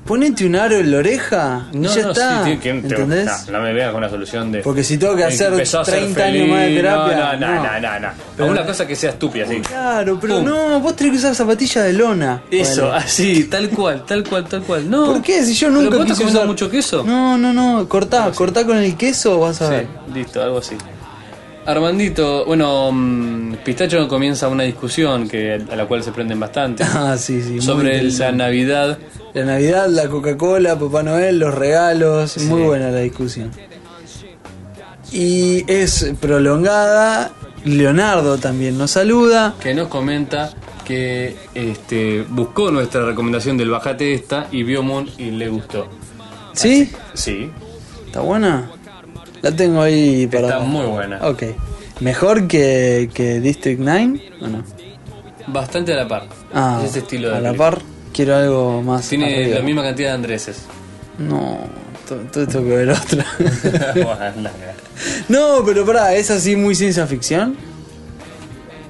S2: Ponete un aro en la oreja. y
S1: No,
S2: ya
S1: no,
S2: está.
S1: sí, tío, ¿quién te-
S2: ¿Entendés?
S1: No, no me veas con una solución de.
S2: Porque si tengo que
S1: Eh,
S2: hacer
S1: empezó a ser
S2: 30 años más de
S1: feliz,
S2: terapia,
S1: No, no,
S2: no.
S1: no, no. no.
S2: Pero-
S1: Alguna cosa que sea estúpida, sí.
S2: Claro, pero
S1: Pum.
S2: no, vos tenés que usar zapatillas de lona.
S1: Eso,
S2: Bueno.
S1: así, tal cual, tal cual, tal cual. No.
S2: ¿Por qué? Si yo
S1: ¿Pero
S2: nunca
S1: vos estás
S2: quise
S1: comiendo
S2: usar-
S1: mucho queso?
S2: No, no, no. Cortá, cortá con el queso, vas a ver.
S1: Sí, listo, algo así. Armandito, bueno, mm, Pistacho comienza una discusión que, a la cual se prenden bastante
S2: Ah, sí, sí. (laughs) muy
S1: sobre la
S2: interesante.
S1: Navidad.
S2: La Navidad, la Coca-Cola, Papá Noel, los regalos. Muy buena la discusión. Y es prolongada. Leonardo también nos saluda.
S1: que nos comenta que este, buscó nuestra recomendación del Bajate esta y vio Moon y le gustó.
S2: ¿Sí?
S1: Ah, Sí,
S2: ¿Está buena? La tengo ahí para.
S1: está muy buena.
S2: Ok. ¿Mejor que, que District 9? ¿O no?
S1: Bastante a la par.
S2: Ah,
S1: es ese estilo de
S2: a la
S1: película.
S2: par. Quiero algo más.
S1: Tiene
S2: arriba.
S1: la misma cantidad de Andreses.
S2: (laughs) No, todo tengo que ver otra.
S1: (laughs)
S2: (laughs)
S1: Bueno,
S2: no, pero pará, ¿es así muy ciencia ficción?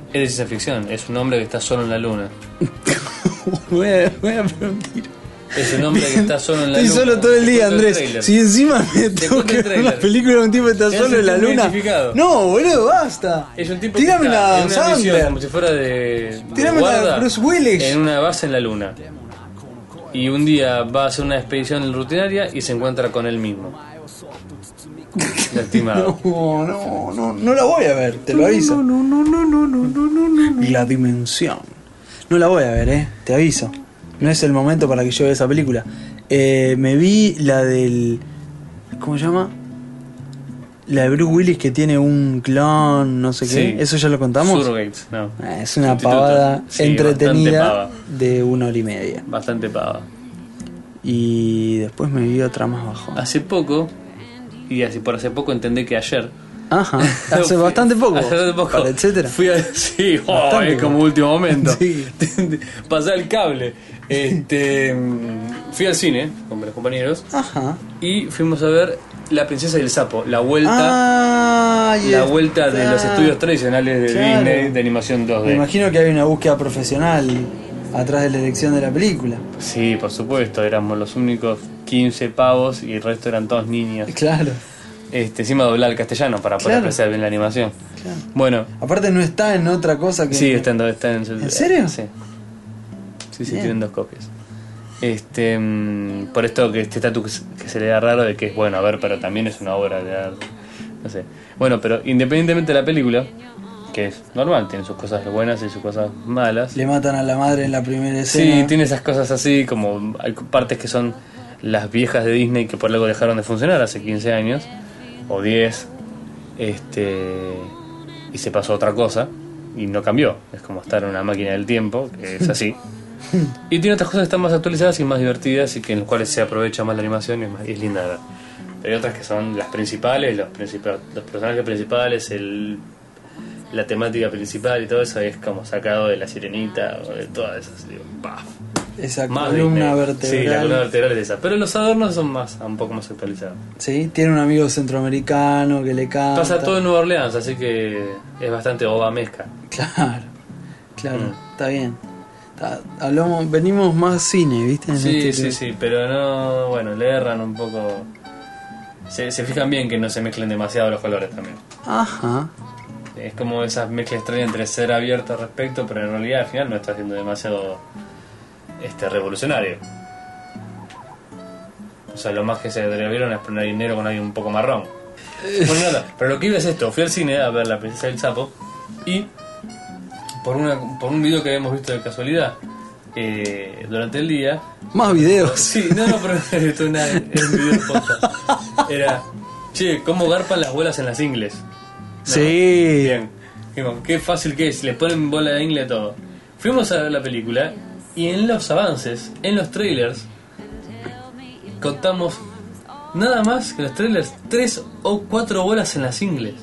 S1: es de ciencia ficción, es un hombre que está solo en la luna.
S2: (laughs) voy, a, voy a pegar un tiro.
S1: Es un hombre que está solo en la
S2: (laughs) Estoy
S1: luna.
S2: solo todo el
S1: Te
S2: día,
S1: cuento el
S2: Andrés.
S1: tráiler.
S2: si encima me tengo
S1: cuento
S2: que
S1: el
S2: ver una
S1: tráiler.
S2: película de un tipo que está
S1: Te
S2: solo
S1: haces
S2: en la
S1: muy
S2: luna.
S1: identificado.
S2: No, boludo, basta.
S1: Es un tipo que
S2: Tírame
S1: está
S2: la
S1: en una misión,
S2: Sandler.
S1: como si fuera de, de
S2: Tírame la
S1: guarda
S2: Bruce Willis.
S1: En una base en la luna. Y un día va a hacer una expedición rutinaria y se encuentra con él
S2: (laughs)
S1: mismo. Lastimado.
S2: No, Oh, no, no, no la voy a ver, te lo aviso. No, no, no, no, no, no, no. La dimensión. No la voy a ver, eh, te aviso. No es el momento para que yo vea esa película. Eh, me vi la del. ¿Cómo se llama? La de Bruce Willis que tiene un clon, no sé qué.
S1: Sí.
S2: ¿Eso ya lo contamos?
S1: Surrogates, no.
S2: Ah, Es una
S1: Sustituto.
S2: pavada
S1: Sí,
S2: entretenida
S1: bastante
S2: de una hora y media.
S1: Bastante pava.
S2: Y después me vi otra más bajo.
S1: Hace poco, y así por hace poco entendí que ayer. (laughs)
S2: Ajá, hace bastante poco.
S1: Hace bastante poco.
S2: Para etcétera.
S1: Fui a- (laughs) sí, oh,
S2: Bastante
S1: es como
S2: poco.
S1: último momento.
S2: (laughs)
S1: (laughs)
S2: Sí.
S1: Pasé el cable. Este, fui al cine con los compañeros.
S2: Ajá.
S1: y fuimos a ver La Princesa y el Sapo, la vuelta,
S2: Ay,
S1: la
S2: Ah, está.
S1: vuelta de los estudios tradicionales de
S2: Claro.
S1: Disney de animación
S2: Me
S1: 2D.
S2: imagino que hay una búsqueda profesional atrás de la elección de la película.
S1: Sí, por supuesto, éramos los únicos 15 pavos y el resto eran todos niños.
S2: Claro,
S1: Este, encima doblar al castellano para poder
S2: Claro.
S1: apreciar bien la animación.
S2: claro.
S1: Bueno,
S2: Aparte no está en otra cosa que...
S1: sí, están, están
S2: ¿En serio?
S1: Sí, sí, sí,
S2: Bien.
S1: tienen dos copias. Este, mm, por esto que este estatus que se le da raro de que es bueno, a ver, pero también es una obra de arte. No sé. Bueno, pero independientemente de la película, que es normal, tiene sus cosas buenas y sus cosas malas.
S2: Le matan a la madre en la primera escena.
S1: Sí, tiene esas cosas así, como hay partes que son las viejas de Disney que por algo dejaron de funcionar hace 15 años o 10, este, y se pasó a otra cosa y no cambió. Es como estar en una máquina del tiempo, que es así. y tiene otras cosas que están más actualizadas y más divertidas y que en las cuales se aprovecha más la animación y es, más- y es linda de ver. Pero hay otras que son las principales, los, princip- los personajes principales, el la temática principal y todo eso es como sacado de la sirenita o de todas esas. digo, bah,
S2: Esa
S1: más
S2: columna
S1: Disney.
S2: vertebral.
S1: Sí, la columna vertebral es esa. Pero los adornos son más, un poco más actualizados.
S2: Sí, tiene un amigo centroamericano que le canta.
S1: Pasa todo en Nueva Orleans, así que es bastante obamesca.
S2: Claro, claro,
S1: Mm.
S2: está bien. Está- hablamos, venimos más cine, ¿viste? En
S1: Sí,
S2: este
S1: sí,
S2: tema.
S1: sí, pero no, bueno, le erran un poco. Se, se fijan bien que no se mezclen demasiado los colores también.
S2: Ajá.
S1: Es como esas mezclas extrañas entre ser abierto al respecto, pero en realidad al final no está siendo demasiado este revolucionario. O sea, lo más que se atrevieron es poner dinero con alguien un poco marrón. Bueno, nada, pero lo que iba es esto, fui al cine a ver La princesa del sapo y por, una, por un video que habíamos visto de casualidad eh, durante el día, (laughs)
S2: Más videos.
S1: Sí, no, no, pero esto es una- es un video de podcast. Era, che, ¿cómo garpan las bolas en las ingles? No,
S2: Sí.
S1: Bien. Digo, qué fácil que es, le ponen bola de ingle a todo. Fuimos a ver la película y en los avances, en los trailers, contamos nada más que en los trailers tres o cuatro bolas en las ingles.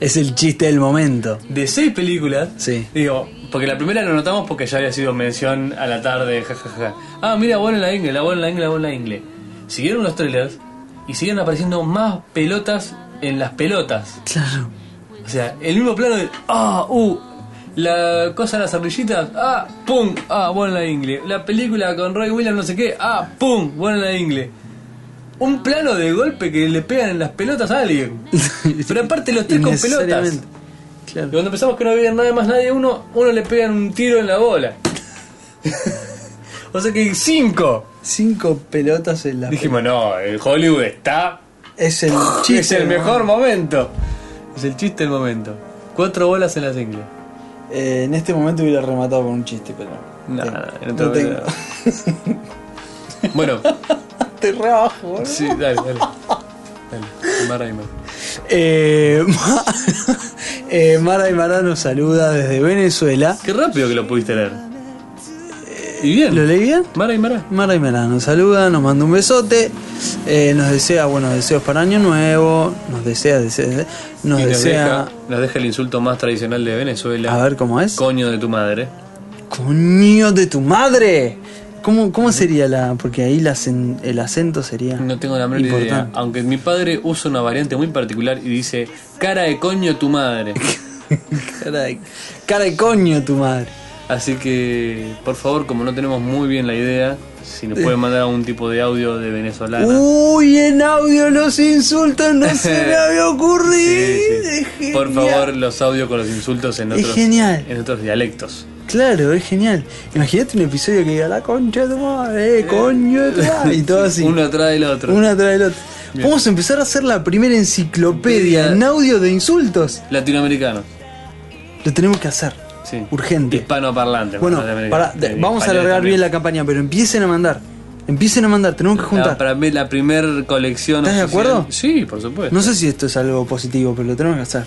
S2: Es el chiste del momento.
S1: De seis películas,
S2: Sí.
S1: Digo, porque la primera lo notamos porque ya había sido mención a la tarde, jajaja. Ah, mira, bueno en la ingle, la buena en la ingle, la buena en la ingle. Siguieron los trailers y siguieron apareciendo más pelotas en las pelotas.
S2: Claro.
S1: O sea, el mismo plano de, ah, uh, la cosa de las ardillitas, ah, pum, ah, buena en la ingle. La película con Roy Williams no sé qué, ah, pum, buena en la ingle. Un plano de golpe que le pegan en las pelotas a
S2: (laughs)
S1: alguien. Pero aparte los tres con pelotas.
S2: Innecesariamente. Claro.
S1: Y cuando empezamos que no había nada más nadie, uno, uno le pegan un tiro en la
S2: (laughs)
S1: bola. o sea que cinco.
S2: Cinco pelotas en la
S1: Dijimos, no, el Hollywood está
S2: Es el chiste.
S1: ¡Oh! es el
S2: ¿no?
S1: mejor momento. Es el chiste del momento. Cuatro bolas en las ingles.
S2: Eh, en este momento hubiera rematado con un chiste, pero.
S1: No, en
S2: no
S1: otro
S2: tengo.
S1: momento Bueno,
S2: (laughs) Te rebajo, boludo.
S1: sí, dale, dale. Dale, amarra y más.
S2: Eh, (laughs) Ma- eh, Mara y Mara nos saluda desde Venezuela.
S1: Qué rápido que lo pudiste leer. Y bien.
S2: ¿Lo leí bien?
S1: Mara y Mara.
S2: Mara y Mara nos saluda, nos manda un besote, eh, nos desea buenos deseos para Año Nuevo, nos desea, desea- desea- nos
S1: Y nos
S2: desea...
S1: deja, nos deja el insulto más tradicional de Venezuela.
S2: A ver cómo es.
S1: Coño de tu madre.
S2: ¡Coño de tu madre! ¿Cómo, cómo sería la...? Porque ahí la acen- el acento sería...
S1: No tengo la menor idea.
S2: importante.
S1: Aunque mi padre usa una variante muy particular y dice, cara de coño tu
S2: (laughs)
S1: madre. Ah,
S2: Cara de, cara de coño tu madre.
S1: Así que, por favor, como no tenemos muy bien la idea, si nos pueden mandar algún tipo de audio de venezolana.
S2: ¡Uy, en audio los insultos! ¡No se
S1: (laughs)
S2: me había ocurrido!
S1: Sí, sí.
S2: Es
S1: Por
S2: genial.
S1: favor, los audios con los insultos en
S2: Es
S1: otros,
S2: genial.
S1: En otros dialectos.
S2: Claro, es genial. Imagínate un episodio que diga la concha de tu madre, eh, coño (laughs)
S1: (laughs)
S2: de tu madre. Y todo así.
S1: Uno atrás del otro.
S2: Una tras del otro. Vamos a empezar a hacer la primera enciclopedia en audio de insultos.
S1: Latinoamericano.
S2: Lo tenemos que hacer.
S1: Sí.
S2: Urgente.
S1: Hispanoparlante.
S2: Bueno,
S1: norteamericano.
S2: pará, de-
S1: Sí,
S2: vamos a
S1: español
S2: alargar
S1: también.
S2: bien la campaña, pero empiecen a mandar. Empiecen a mandar, tenemos que
S1: Ah,
S2: juntar.
S1: para mí la primer colección.
S2: ¿Estás de
S1: oficial-
S2: acuerdo?
S1: Sí, por supuesto.
S2: No sé si esto es algo positivo, pero lo tenemos que hacer.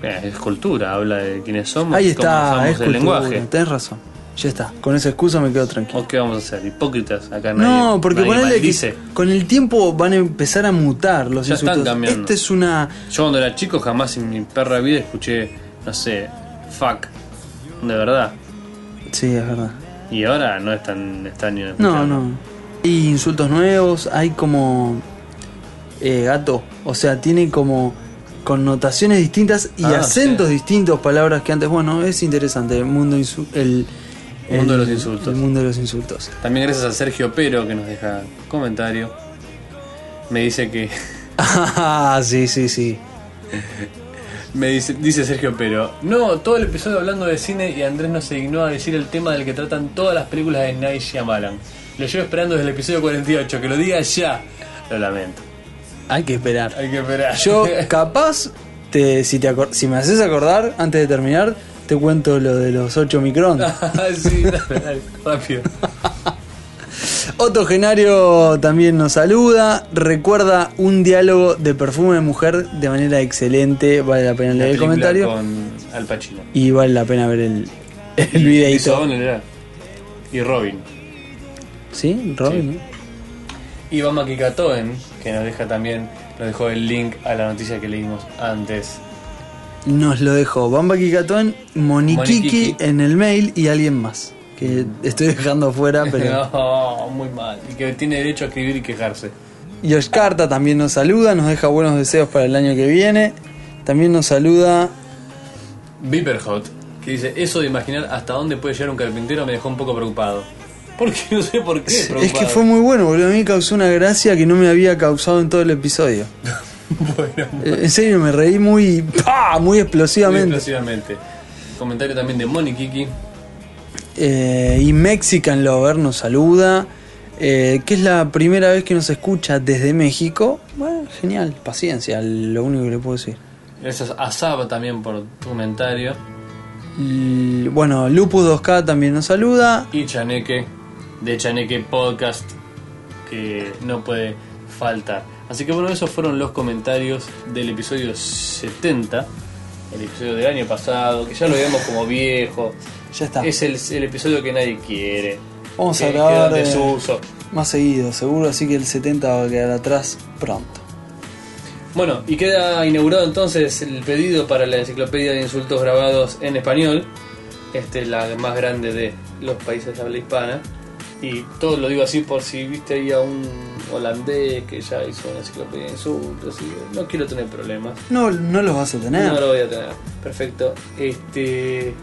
S1: Eh, es cultura, habla de quiénes somos.
S2: Ahí
S1: y cómo
S2: está,
S1: usamos
S2: es
S1: el
S2: cultura,
S1: lenguaje.
S2: tenés razón. Ya está, con esa excusa me quedo tranquilo.
S1: ¿O qué vamos a hacer? ¿Hipócritas? Acá nadie.
S2: No, porque
S1: nadie
S2: ponele
S1: maldice.
S2: que con el tiempo van a empezar a mutar los
S1: Ya están
S2: insultos.
S1: cambiando.
S2: Esta es una.
S1: Yo cuando era chico jamás en mi perra vida escuché, no sé, fuck. De verdad.
S2: Sí, es verdad.
S1: Y ahora no es tan extraño.
S2: No,
S1: escucharlo.
S2: no. Hay insultos nuevos, hay como. eh, gato. O sea, tiene como connotaciones distintas y
S1: Ah,
S2: acentos
S1: sí.
S2: distintos, palabras que antes. Bueno, es interesante. El mundo, insu- el,
S1: El mundo de los insultos.
S2: El mundo de los insultos. (laughs)
S1: También gracias a Sergio Pero que nos deja comentario. Me dice que. (laughs)
S2: Ah, sí, sí, sí.
S1: Me dice, dice Sergio Pero. No, todo el episodio hablando de cine y Andrés no se dignó a decir el tema del que tratan todas las películas de Night Shyamalan. Lo llevo esperando desde el episodio 48, que lo diga ya. Lo lamento.
S2: Hay que esperar.
S1: Hay que esperar. (laughs)
S2: Yo capaz, te, si, te acor- si me haces acordar, antes de terminar, te cuento lo de los 8 microondas.
S1: sí, dale, dale, rápido.
S2: Otto Genario también nos saluda. Recuerda un diálogo de perfume de mujer de manera excelente. Vale la pena leer el
S1: Película
S2: comentario.
S1: Con Al Pacino.
S2: Y vale la pena ver el, el videito.
S1: Lizondo era. Y Robin.
S2: ¿Sí? Robin. ¿no?
S1: Y Bama Kikatoen, que nos deja también, nos dejó el link a la noticia que leímos antes.
S2: Nos lo dejó Bamba Kikatón, Monikiki
S1: Monikiki.
S2: en el mail y alguien más. Que estoy
S1: (laughs)
S2: dejando afuera, pero.
S1: No, muy mal. Y que tiene derecho a escribir y quejarse.
S2: Y Oscarta también nos saluda, nos deja buenos deseos para el año que viene. También nos saluda.
S1: Viperhot, que dice, eso de imaginar hasta dónde puede llegar un carpintero me dejó un poco preocupado. Porque no sé por qué. (laughs) Preocupado.
S2: Es que fue muy bueno, boludo. A mí me causó una gracia que no me había causado en todo el episodio.
S1: (laughs) bueno,
S2: Eh, En serio, me reí muy. ¡pah! Muy
S1: muy
S2: explosivamente.
S1: explosivamente. Comentario también de Moni Kiki.
S2: Eh, y Mexican Lover nos saluda. eh, que es la primera vez que nos escucha desde México. Bueno, genial, paciencia, lo único que le puedo decir.
S1: Gracias a Saba también por tu comentario.
S2: L- bueno, Lupus 2K también nos saluda.
S1: y Chaneque de Chaneque Podcast que no puede faltar. Así que bueno, esos fueron los comentarios del episodio 70, el episodio del año pasado, que ya lo vemos como viejo.
S2: Ya está.
S1: Es el, el episodio que nadie quiere.
S2: Vamos
S1: que
S2: a grabar,
S1: quedó en
S2: eh,
S1: desuso.
S2: más seguido, seguro, así que el 70 va a quedar atrás pronto.
S1: Bueno, y queda inaugurado entonces el pedido para la enciclopedia de insultos grabados en español. Este es la más grande de los países de habla hispana. Y todo lo digo así por si viste ahí a un holandés que ya hizo una enciclopedia de insultos. y no quiero tener problemas.
S2: No, no los vas a tener.
S1: No lo voy a tener. Perfecto. Este.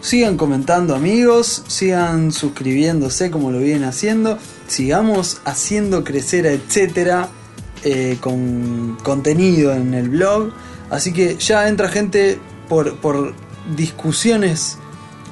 S2: Sigan comentando amigos, sigan suscribiéndose como lo vienen haciendo, sigamos haciendo crecer a etcétera eh, con contenido en el blog. Así que ya entra gente por, por discusiones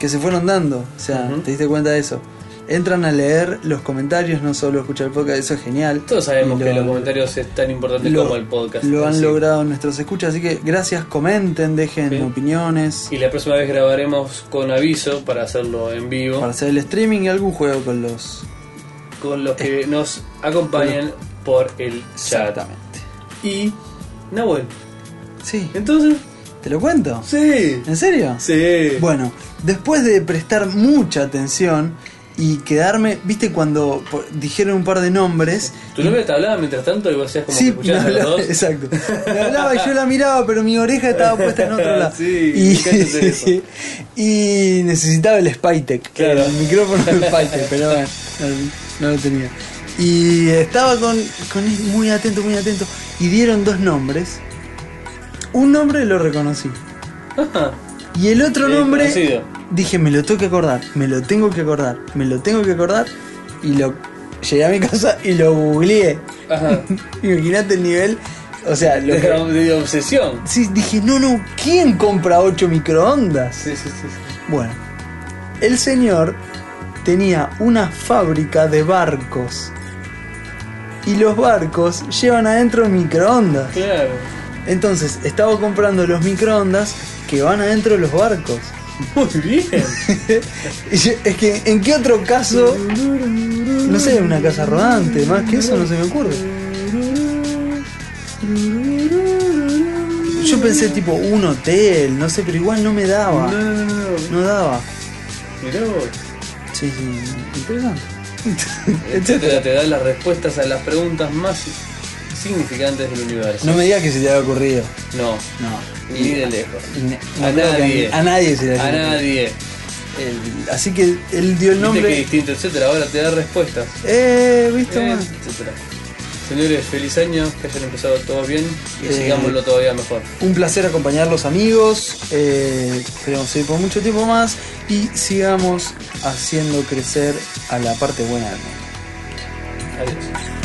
S2: que se fueron dando. O sea,
S1: Ujú.
S2: ¿te diste cuenta de eso? Entran a leer los comentarios, no solo escuchar el podcast, eso es genial.
S1: Todos sabemos
S2: Y
S1: que
S2: lo-
S1: los comentarios es tan importante
S2: lo-
S1: como el podcast.
S2: Lo
S1: en
S2: han
S1: sí.
S2: logrado nuestras escuchas, así que gracias, comenten, dejen
S1: Sí.
S2: opiniones.
S1: Y la próxima vez grabaremos con aviso para hacerlo en vivo.
S2: Para hacer el streaming y algún juego con los.
S1: con los que nos acompañan por el chat.
S2: Exactamente.
S1: Y Nahuel.
S2: Sí,
S1: Entonces,
S2: ¿te lo cuento?
S1: sí.
S2: ¿En serio?
S1: Sí.
S2: Bueno, después de prestar mucha atención y quedarme, viste cuando por- dijeron un par de nombres.
S1: Tu novia te hablaba mientras tanto y vos hacías como que
S2: Sí, me
S1: escuchabas a los
S2: hablaba,
S1: dos.
S2: exacto. Me hablaba y yo la miraba, pero mi
S1: (laughs)
S2: oreja estaba puesta en otro lado.
S1: Sí,
S2: (laughs)
S1: fíjate eso.
S2: y, y necesitaba el Spytech,
S1: Claro.
S2: el micrófono del
S1: (laughs)
S2: Spytech, pero bueno, no, no lo tenía. Y estaba con, con él muy atento, muy atento. Y dieron dos nombres. Un nombre lo reconocí.
S1: Ajá.
S2: Y el otro
S1: Eh,
S2: nombre
S1: conocido.
S2: dije, me lo tengo que acordar, me lo tengo que acordar, me lo tengo que acordar. Y lo llegué a mi casa y lo googleé.
S1: Ajá.
S2: (laughs) Imagínate el nivel. O sea, lo
S1: Lo
S2: que-
S1: que- de obsesión.
S2: Sí, dije, no, no, ¿quién compra 8 microondas?
S1: Sí, sí, sí. sí.
S2: Bueno, el señor tenía una fábrica de barcos. Y los barcos llevan adentro microondas.
S1: Claro.
S2: Entonces, estaba comprando los microondas que van adentro de los barcos.
S1: Muy bien. (laughs)
S2: Y yo- es que, ¿en qué otro caso? No sé, una casa rodante, más que eso no se me ocurre. Yo pensé tipo un hotel, no sé, pero igual no me
S1: No,
S2: daba.
S1: no, no, no.
S2: No daba.
S1: Mirá vos.
S2: Sí, sí, interesante.
S1: Etcétera, te da las respuestas a las preguntas más significantes del universo.
S2: No me digas que se te había ocurrido.
S1: No,
S2: No.
S1: ni de lejos.
S2: Y ne-
S1: A
S2: no creo que
S1: nadie.
S2: A, a nadie se le
S1: A
S2: haya ocurrido.
S1: nadie.
S2: El- así que él dio el
S1: Viste que
S2: nombre.
S1: distinto, etcétera. Ahora te da respuestas.
S2: Eh, ¿viste?
S1: Eh,
S2: man?
S1: etcétera. Señores, feliz año, que hayan empezado todo bien y
S2: Eh.
S1: sigámoslo todavía mejor.
S2: Un placer acompañarlos amigos, eh, esperemos seguir por mucho tiempo más y sigamos haciendo crecer a la parte buena del mundo.
S1: Adiós.